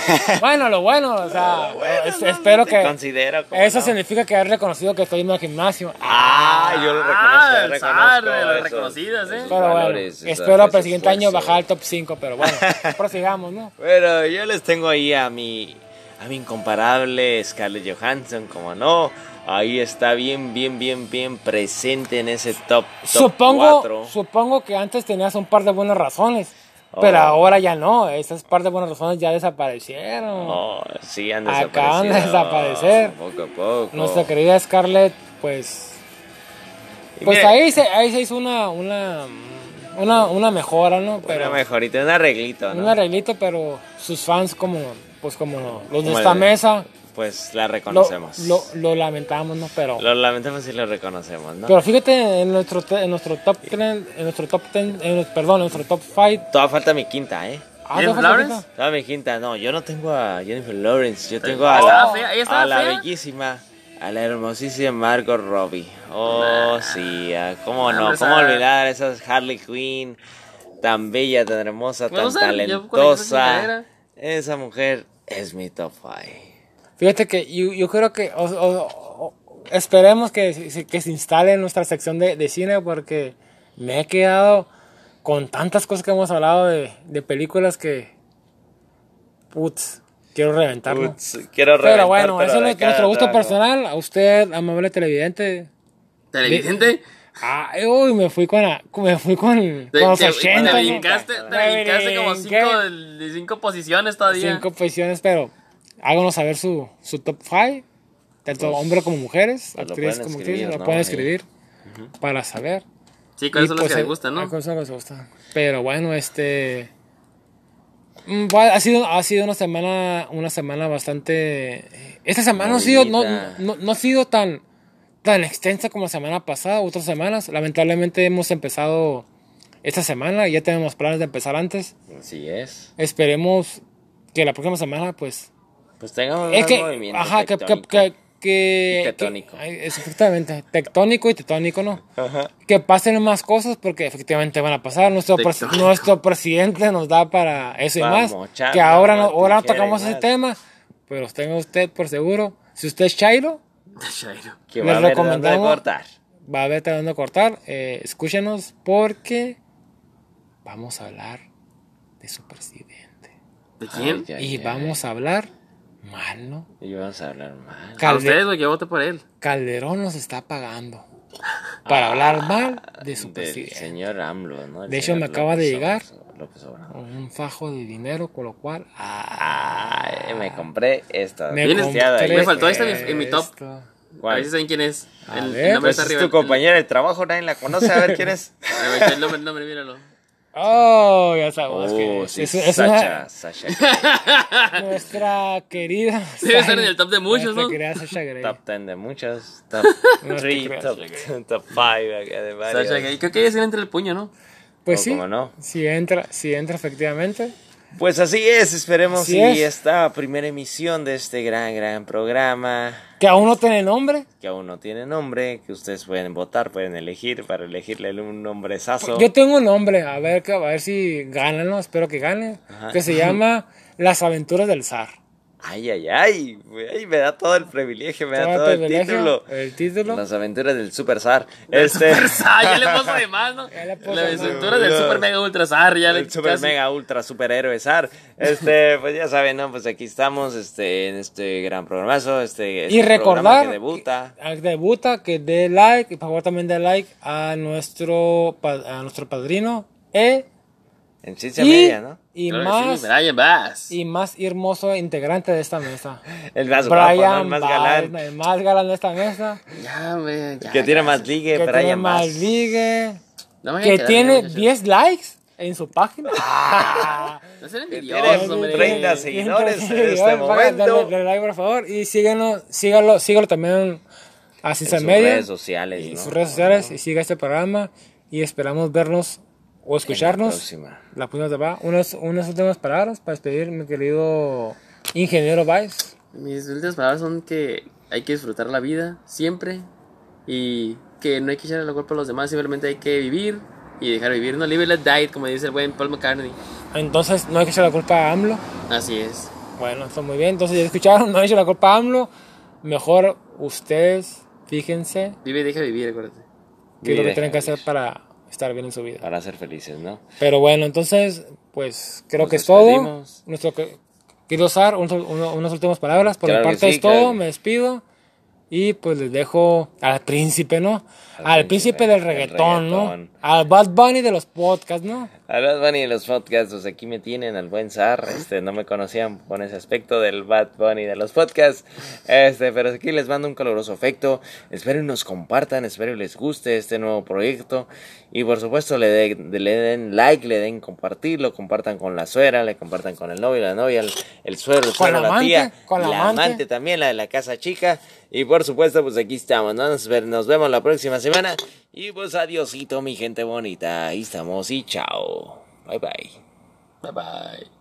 Speaker 3: Bueno, lo bueno, o sea,
Speaker 1: Bueno,
Speaker 3: es-
Speaker 1: no,
Speaker 3: espero
Speaker 1: te
Speaker 3: que...
Speaker 1: considero como
Speaker 3: Eso
Speaker 1: no.
Speaker 3: significa que has reconocido que estoy yendo al gimnasio.
Speaker 1: Ah, yo lo
Speaker 2: Ah,
Speaker 1: reconozco, yo
Speaker 2: el zar
Speaker 1: reconozco
Speaker 2: de las
Speaker 1: esos-
Speaker 2: reconocidas, ¿eh?
Speaker 1: esos
Speaker 3: Pero bueno,
Speaker 1: valores, esos-
Speaker 3: espero para
Speaker 1: ese
Speaker 3: el siguiente año
Speaker 1: esfuerzo.
Speaker 3: bajar al top 5, pero bueno, prosigamos, ¿no?
Speaker 1: Bueno, yo les tengo ahí a mi, a mi incomparable Scarlett Johansson, como no. Ahí está bien, bien, bien, bien presente en ese top, top
Speaker 3: Supongo,
Speaker 1: 4.
Speaker 3: supongo que antes tenías un par de buenas razones,
Speaker 1: Oh.
Speaker 3: pero ahora ya no, esas par de buenas razones ya desaparecieron.
Speaker 1: Oh, sí, han
Speaker 3: Acaban de
Speaker 1: desaparecido,
Speaker 3: desaparecer.
Speaker 1: Poco a poco.
Speaker 3: Nuestra querida Scarlett, pues...
Speaker 1: Y
Speaker 3: Pues
Speaker 1: mira,
Speaker 3: ahí se, ahí se hizo una, una, una, una mejora, ¿no? Pero,
Speaker 1: Una mejorita, un arreglito, ¿no?
Speaker 3: Un arreglito, pero sus fans como, pues como los de
Speaker 1: Como
Speaker 3: esta
Speaker 1: el-
Speaker 3: mesa,
Speaker 1: Pues la
Speaker 3: lo,
Speaker 1: reconocemos.
Speaker 3: lo, lo lamentamos, ¿no? Pero...
Speaker 1: Lo lamentamos y lo reconocemos, ¿no?
Speaker 3: Pero fíjate en nuestro te- en nuestro top 10, en nuestro top 10, en, nuestro- perdón, en nuestro top 5.
Speaker 1: Toda falta mi quinta, ¿eh?
Speaker 3: Ah,
Speaker 2: ¿Jennifer
Speaker 3: ¿no fue
Speaker 2: Lawrence?
Speaker 3: poquito?
Speaker 1: Toda mi quinta, no, yo no tengo a Jennifer Lawrence, yo tengo a
Speaker 2: Estaba
Speaker 1: la,
Speaker 2: fea, ella estaba
Speaker 1: a la
Speaker 2: fea.
Speaker 1: bellísima, a la hermosísima Margot Robbie. Oh, sí, ah, cómo no,
Speaker 2: Hombre,
Speaker 1: cómo
Speaker 2: esa-
Speaker 1: olvidar esa Harley Quinn, tan bella, tan hermosa, tan
Speaker 2: Vamos a ver, Pues yo con la
Speaker 1: talentosa.
Speaker 2: chingadera.
Speaker 1: Esa mujer es mi top 5.
Speaker 3: Fíjate que yo, yo creo que o- o- o- esperemos que, se- que se instale en nuestra sección de, de cine porque me he quedado con tantas cosas que hemos hablado de, de películas que putz, quiero reventarlo.
Speaker 1: Quiero reventar,
Speaker 3: pero bueno, eso
Speaker 1: de
Speaker 3: es
Speaker 1: cada
Speaker 3: nuestro gusto
Speaker 1: trago.
Speaker 3: personal. A usted, amable televidente.
Speaker 2: Televidente.
Speaker 3: Ay, uy, me fui con la, me fui con,
Speaker 2: Te,
Speaker 3: con los
Speaker 2: te-
Speaker 3: 80.
Speaker 2: te
Speaker 3: ¿no?
Speaker 2: vincaste,
Speaker 3: Me
Speaker 2: te vincaste como
Speaker 3: brinqué.
Speaker 2: cinco, de cinco posiciones todavía.
Speaker 3: cinco posiciones, pero háganos saber su, su top 5, tanto hombres como mujeres,
Speaker 1: pues lo
Speaker 3: actrices
Speaker 1: pueden
Speaker 3: como
Speaker 1: escribir,
Speaker 3: actrices, lo
Speaker 1: ¿no?
Speaker 3: pueden
Speaker 1: Ahí.
Speaker 3: escribir para saber.
Speaker 2: Sí, con
Speaker 3: Y,
Speaker 2: eso los
Speaker 3: pues,
Speaker 2: que les
Speaker 3: eh,
Speaker 2: gustan,
Speaker 3: ah,
Speaker 2: ¿no?
Speaker 3: Con eso les gusta. Pero bueno, este. mm, va- Ha sido, ha sido una semana una semana bastante. Esta semana no ha sido, no,
Speaker 1: Movidita.
Speaker 3: no- no ha sido tan, tan extensa como la semana pasada, otras semanas. Lamentablemente hemos empezado esta semana y ya tenemos planes de empezar antes.
Speaker 1: Así es.
Speaker 3: Esperemos que la próxima semana, pues.
Speaker 1: Pues tengamos
Speaker 3: Es
Speaker 1: más
Speaker 3: que.
Speaker 1: movimiento
Speaker 3: Ajá, que. que,
Speaker 1: tectónico.
Speaker 3: que- que-
Speaker 1: Y tetónico.
Speaker 3: que- ay, es- Exactamente, tectónico y tetónico, ¿no?
Speaker 1: Ajá.
Speaker 3: que pasen más cosas porque efectivamente van a pasar. Nuestro, pres-
Speaker 2: Tectónico.
Speaker 3: nuestro presidente nos da para eso y
Speaker 1: Vamos,
Speaker 3: más.
Speaker 1: charla,
Speaker 3: que ahora no,
Speaker 1: más
Speaker 3: ahora no
Speaker 1: tijera y
Speaker 3: tocamos ese
Speaker 1: más.
Speaker 3: tema, pero tenga usted por seguro. Si usted es Chairo,
Speaker 2: Chairo.
Speaker 1: Que
Speaker 3: Les
Speaker 1: va a haber dónde
Speaker 3: recomendamos-
Speaker 1: cortar.
Speaker 3: va a ver tratando de cortar. eh, escúchenos porque vamos a hablar de su presidente.
Speaker 2: ¿De quién?
Speaker 1: Ay, ay,
Speaker 3: Y
Speaker 1: ay.
Speaker 3: vamos a hablar malo.
Speaker 1: Y vamos a hablar mal.
Speaker 2: A
Speaker 3: Calde-
Speaker 2: ustedes, güey, yo voté por él.
Speaker 3: Calderón nos está pagando para
Speaker 2: Ah,
Speaker 3: hablar mal de su
Speaker 1: Del
Speaker 3: presidente.
Speaker 1: señor AMLO, ¿no? El
Speaker 3: De hecho,
Speaker 1: señor
Speaker 3: me acaba
Speaker 1: López
Speaker 3: de llegar.
Speaker 1: Obrador- López Obrador.
Speaker 3: Un fajo de dinero, con lo cual. ah,
Speaker 1: Ay, me compré esta.
Speaker 3: Me
Speaker 2: Vienes-
Speaker 1: pisteada
Speaker 3: compré
Speaker 1: ahí.
Speaker 2: me faltó este, esta
Speaker 1: Eh,
Speaker 2: en mi top.
Speaker 3: esto.
Speaker 2: A
Speaker 1: ¿Cuál?
Speaker 2: ver si saben quién es.
Speaker 3: A
Speaker 2: El, el
Speaker 3: ver,
Speaker 2: nombre
Speaker 1: Pues
Speaker 2: está
Speaker 1: es
Speaker 2: arriba.
Speaker 1: tu compañera de trabajo, nadie la conoce. A ver quién es.
Speaker 2: A ver, el nombre, el nombre, míralo.
Speaker 3: Oh, ya sabemos que
Speaker 1: Oh,
Speaker 3: es,
Speaker 1: sí,
Speaker 3: es- es
Speaker 1: Sacha.
Speaker 3: una-
Speaker 1: Sacha.
Speaker 3: nuestra querida.
Speaker 2: Debe estar en el top de muchos,
Speaker 3: nuestra
Speaker 2: ¿no?
Speaker 3: querida Sasha Grey.
Speaker 1: Top 10 de muchos. Top
Speaker 3: No te
Speaker 1: 3,
Speaker 3: creas,
Speaker 1: top 5. Top five, acá de varios.
Speaker 2: Sasha Gay. Creo que ella se entre el puño, ¿no?
Speaker 3: Pues
Speaker 1: Oh,
Speaker 3: sí,
Speaker 1: cómo no.
Speaker 3: si entra, si entra efectivamente.
Speaker 1: Pues así es, esperemos
Speaker 3: Así
Speaker 1: y
Speaker 3: es.
Speaker 1: esta primera emisión de este gran, gran programa
Speaker 3: Que aún no tiene nombre.
Speaker 1: que aún no tiene nombre, que ustedes pueden votar, pueden elegir para elegirle un nombrezazo.
Speaker 3: Yo tengo un nombre, a ver, que- a ver si ganan, ¿no? espero que gane.
Speaker 1: Ajá.
Speaker 3: Que se llama Las aventuras del zar.
Speaker 1: Ay, ay, ay, güey, me da todo el privilegio, me da
Speaker 3: Todo
Speaker 1: todo el
Speaker 3: privilegio,
Speaker 1: título.
Speaker 3: el título.
Speaker 1: Las aventuras del Super Zar. Este,
Speaker 2: Ah, ya le puso de más, ¿no?
Speaker 3: le puso
Speaker 2: La
Speaker 3: de más.
Speaker 2: estructura del Super Mega Ultra Zar. Ya le
Speaker 1: el super
Speaker 2: casi-
Speaker 1: mega ultra superhéroe Zar. Este, pues ya saben, ¿no? Pues aquí estamos, este, en este gran programazo, este,
Speaker 3: Y
Speaker 1: este programa
Speaker 3: recordar
Speaker 1: que debuta.
Speaker 3: que- ah, debuta, que dé like, y por favor también dé like a nuestro, pa- a nuestro padrino. eh,
Speaker 1: En
Speaker 3: y
Speaker 1: ciencia media, ¿no?
Speaker 3: y
Speaker 2: Claro que
Speaker 3: más
Speaker 2: sí, Brian Bass.
Speaker 3: y más hermoso integrante de esta mesa.
Speaker 1: El más guapo, ¿no?
Speaker 3: Brian
Speaker 1: el más
Speaker 3: Bass,
Speaker 1: galán.
Speaker 3: el más galán de esta mesa.
Speaker 2: Ya, güey. ya,
Speaker 1: Que tiene más
Speaker 3: Que
Speaker 1: ligue,
Speaker 3: tiene
Speaker 1: Brian
Speaker 3: más
Speaker 1: más.
Speaker 3: ligue.
Speaker 2: No me voy a
Speaker 3: Que
Speaker 2: quedar,
Speaker 3: tiene
Speaker 2: ya, ya, ya.
Speaker 3: 10 likes en su página. Ah,
Speaker 2: No sean
Speaker 1: Tiene
Speaker 2: envidiosos, hombre.
Speaker 1: 30
Speaker 3: tiene
Speaker 1: seguidores en
Speaker 3: 30
Speaker 1: este
Speaker 3: seguidores. Vayan,
Speaker 1: momento.
Speaker 3: Dale, dale like, por favor. Y síguenos, sígalo, sígalo también a
Speaker 1: En
Speaker 3: Cisa
Speaker 1: sus
Speaker 3: Media.
Speaker 1: redes sociales,
Speaker 3: y
Speaker 1: ¿no?
Speaker 3: sus redes sociales. Y siga este programa. Y esperamos vernos
Speaker 1: En
Speaker 3: o
Speaker 1: la
Speaker 3: escucharnos.
Speaker 1: próxima.
Speaker 3: La próxima temporada. Unas, unas últimas palabras para despedir, mi querido ingeniero Vice.
Speaker 2: Mis últimas palabras son que hay que disfrutar la vida siempre y que no hay que echarle la culpa a los demás, simplemente hay que vivir y dejar vivir. No live y let die, como dice el buen Paul McCartney.
Speaker 3: Entonces, no hay que echar la culpa a AMLO.
Speaker 2: Así es.
Speaker 3: Bueno, está muy bien. Entonces, ya escucharon, no hay que echar la culpa a AMLO. Mejor ustedes, fíjense,
Speaker 2: Vive y deja vivir, acuérdate.
Speaker 3: qué es lo
Speaker 1: Vive,
Speaker 3: que tienen que
Speaker 1: Javier.
Speaker 3: hacer para estar bien en su vida.
Speaker 1: Para ser felices, ¿no?
Speaker 3: Pero bueno, entonces, pues creo
Speaker 1: Nos
Speaker 3: que es todo.
Speaker 1: despedimos.
Speaker 3: Nuestro que- querido Sar, un- uno- unas últimas palabras. Por
Speaker 1: Claro
Speaker 3: mi
Speaker 1: que
Speaker 3: parte
Speaker 1: sí,
Speaker 3: es todo,
Speaker 1: claro.
Speaker 3: me despido. Y pues les dejo al príncipe, ¿no? Al, príncipe, del reggaetón,
Speaker 1: reggaetón.
Speaker 3: ¿no? Al Bad Bunny de los podcasts, ¿no?
Speaker 1: A los Bunny de los podcasts, pues aquí me tienen al buen zar. Este, no me conocían con ese aspecto del Bad Bunny de los podcasts. Este, pero aquí les mando un caluroso afecto. Espero y nos compartan, espero y les guste este nuevo proyecto. Y por supuesto, le, de- le den like, le den compartir, lo compartan con la suegra, le compartan con el novio, la novia, el, el suegro, el
Speaker 3: Con
Speaker 1: suegro, la,
Speaker 3: la amante,
Speaker 1: tía,
Speaker 3: con la amante.
Speaker 1: también, la de la casa chica. Y por supuesto, pues aquí estamos, ¿no? Nos, ver- nos vemos la próxima semana. Y pues adiosito, mi gente bonita. Ahí estamos y chao. Bye bye.
Speaker 2: Bye bye.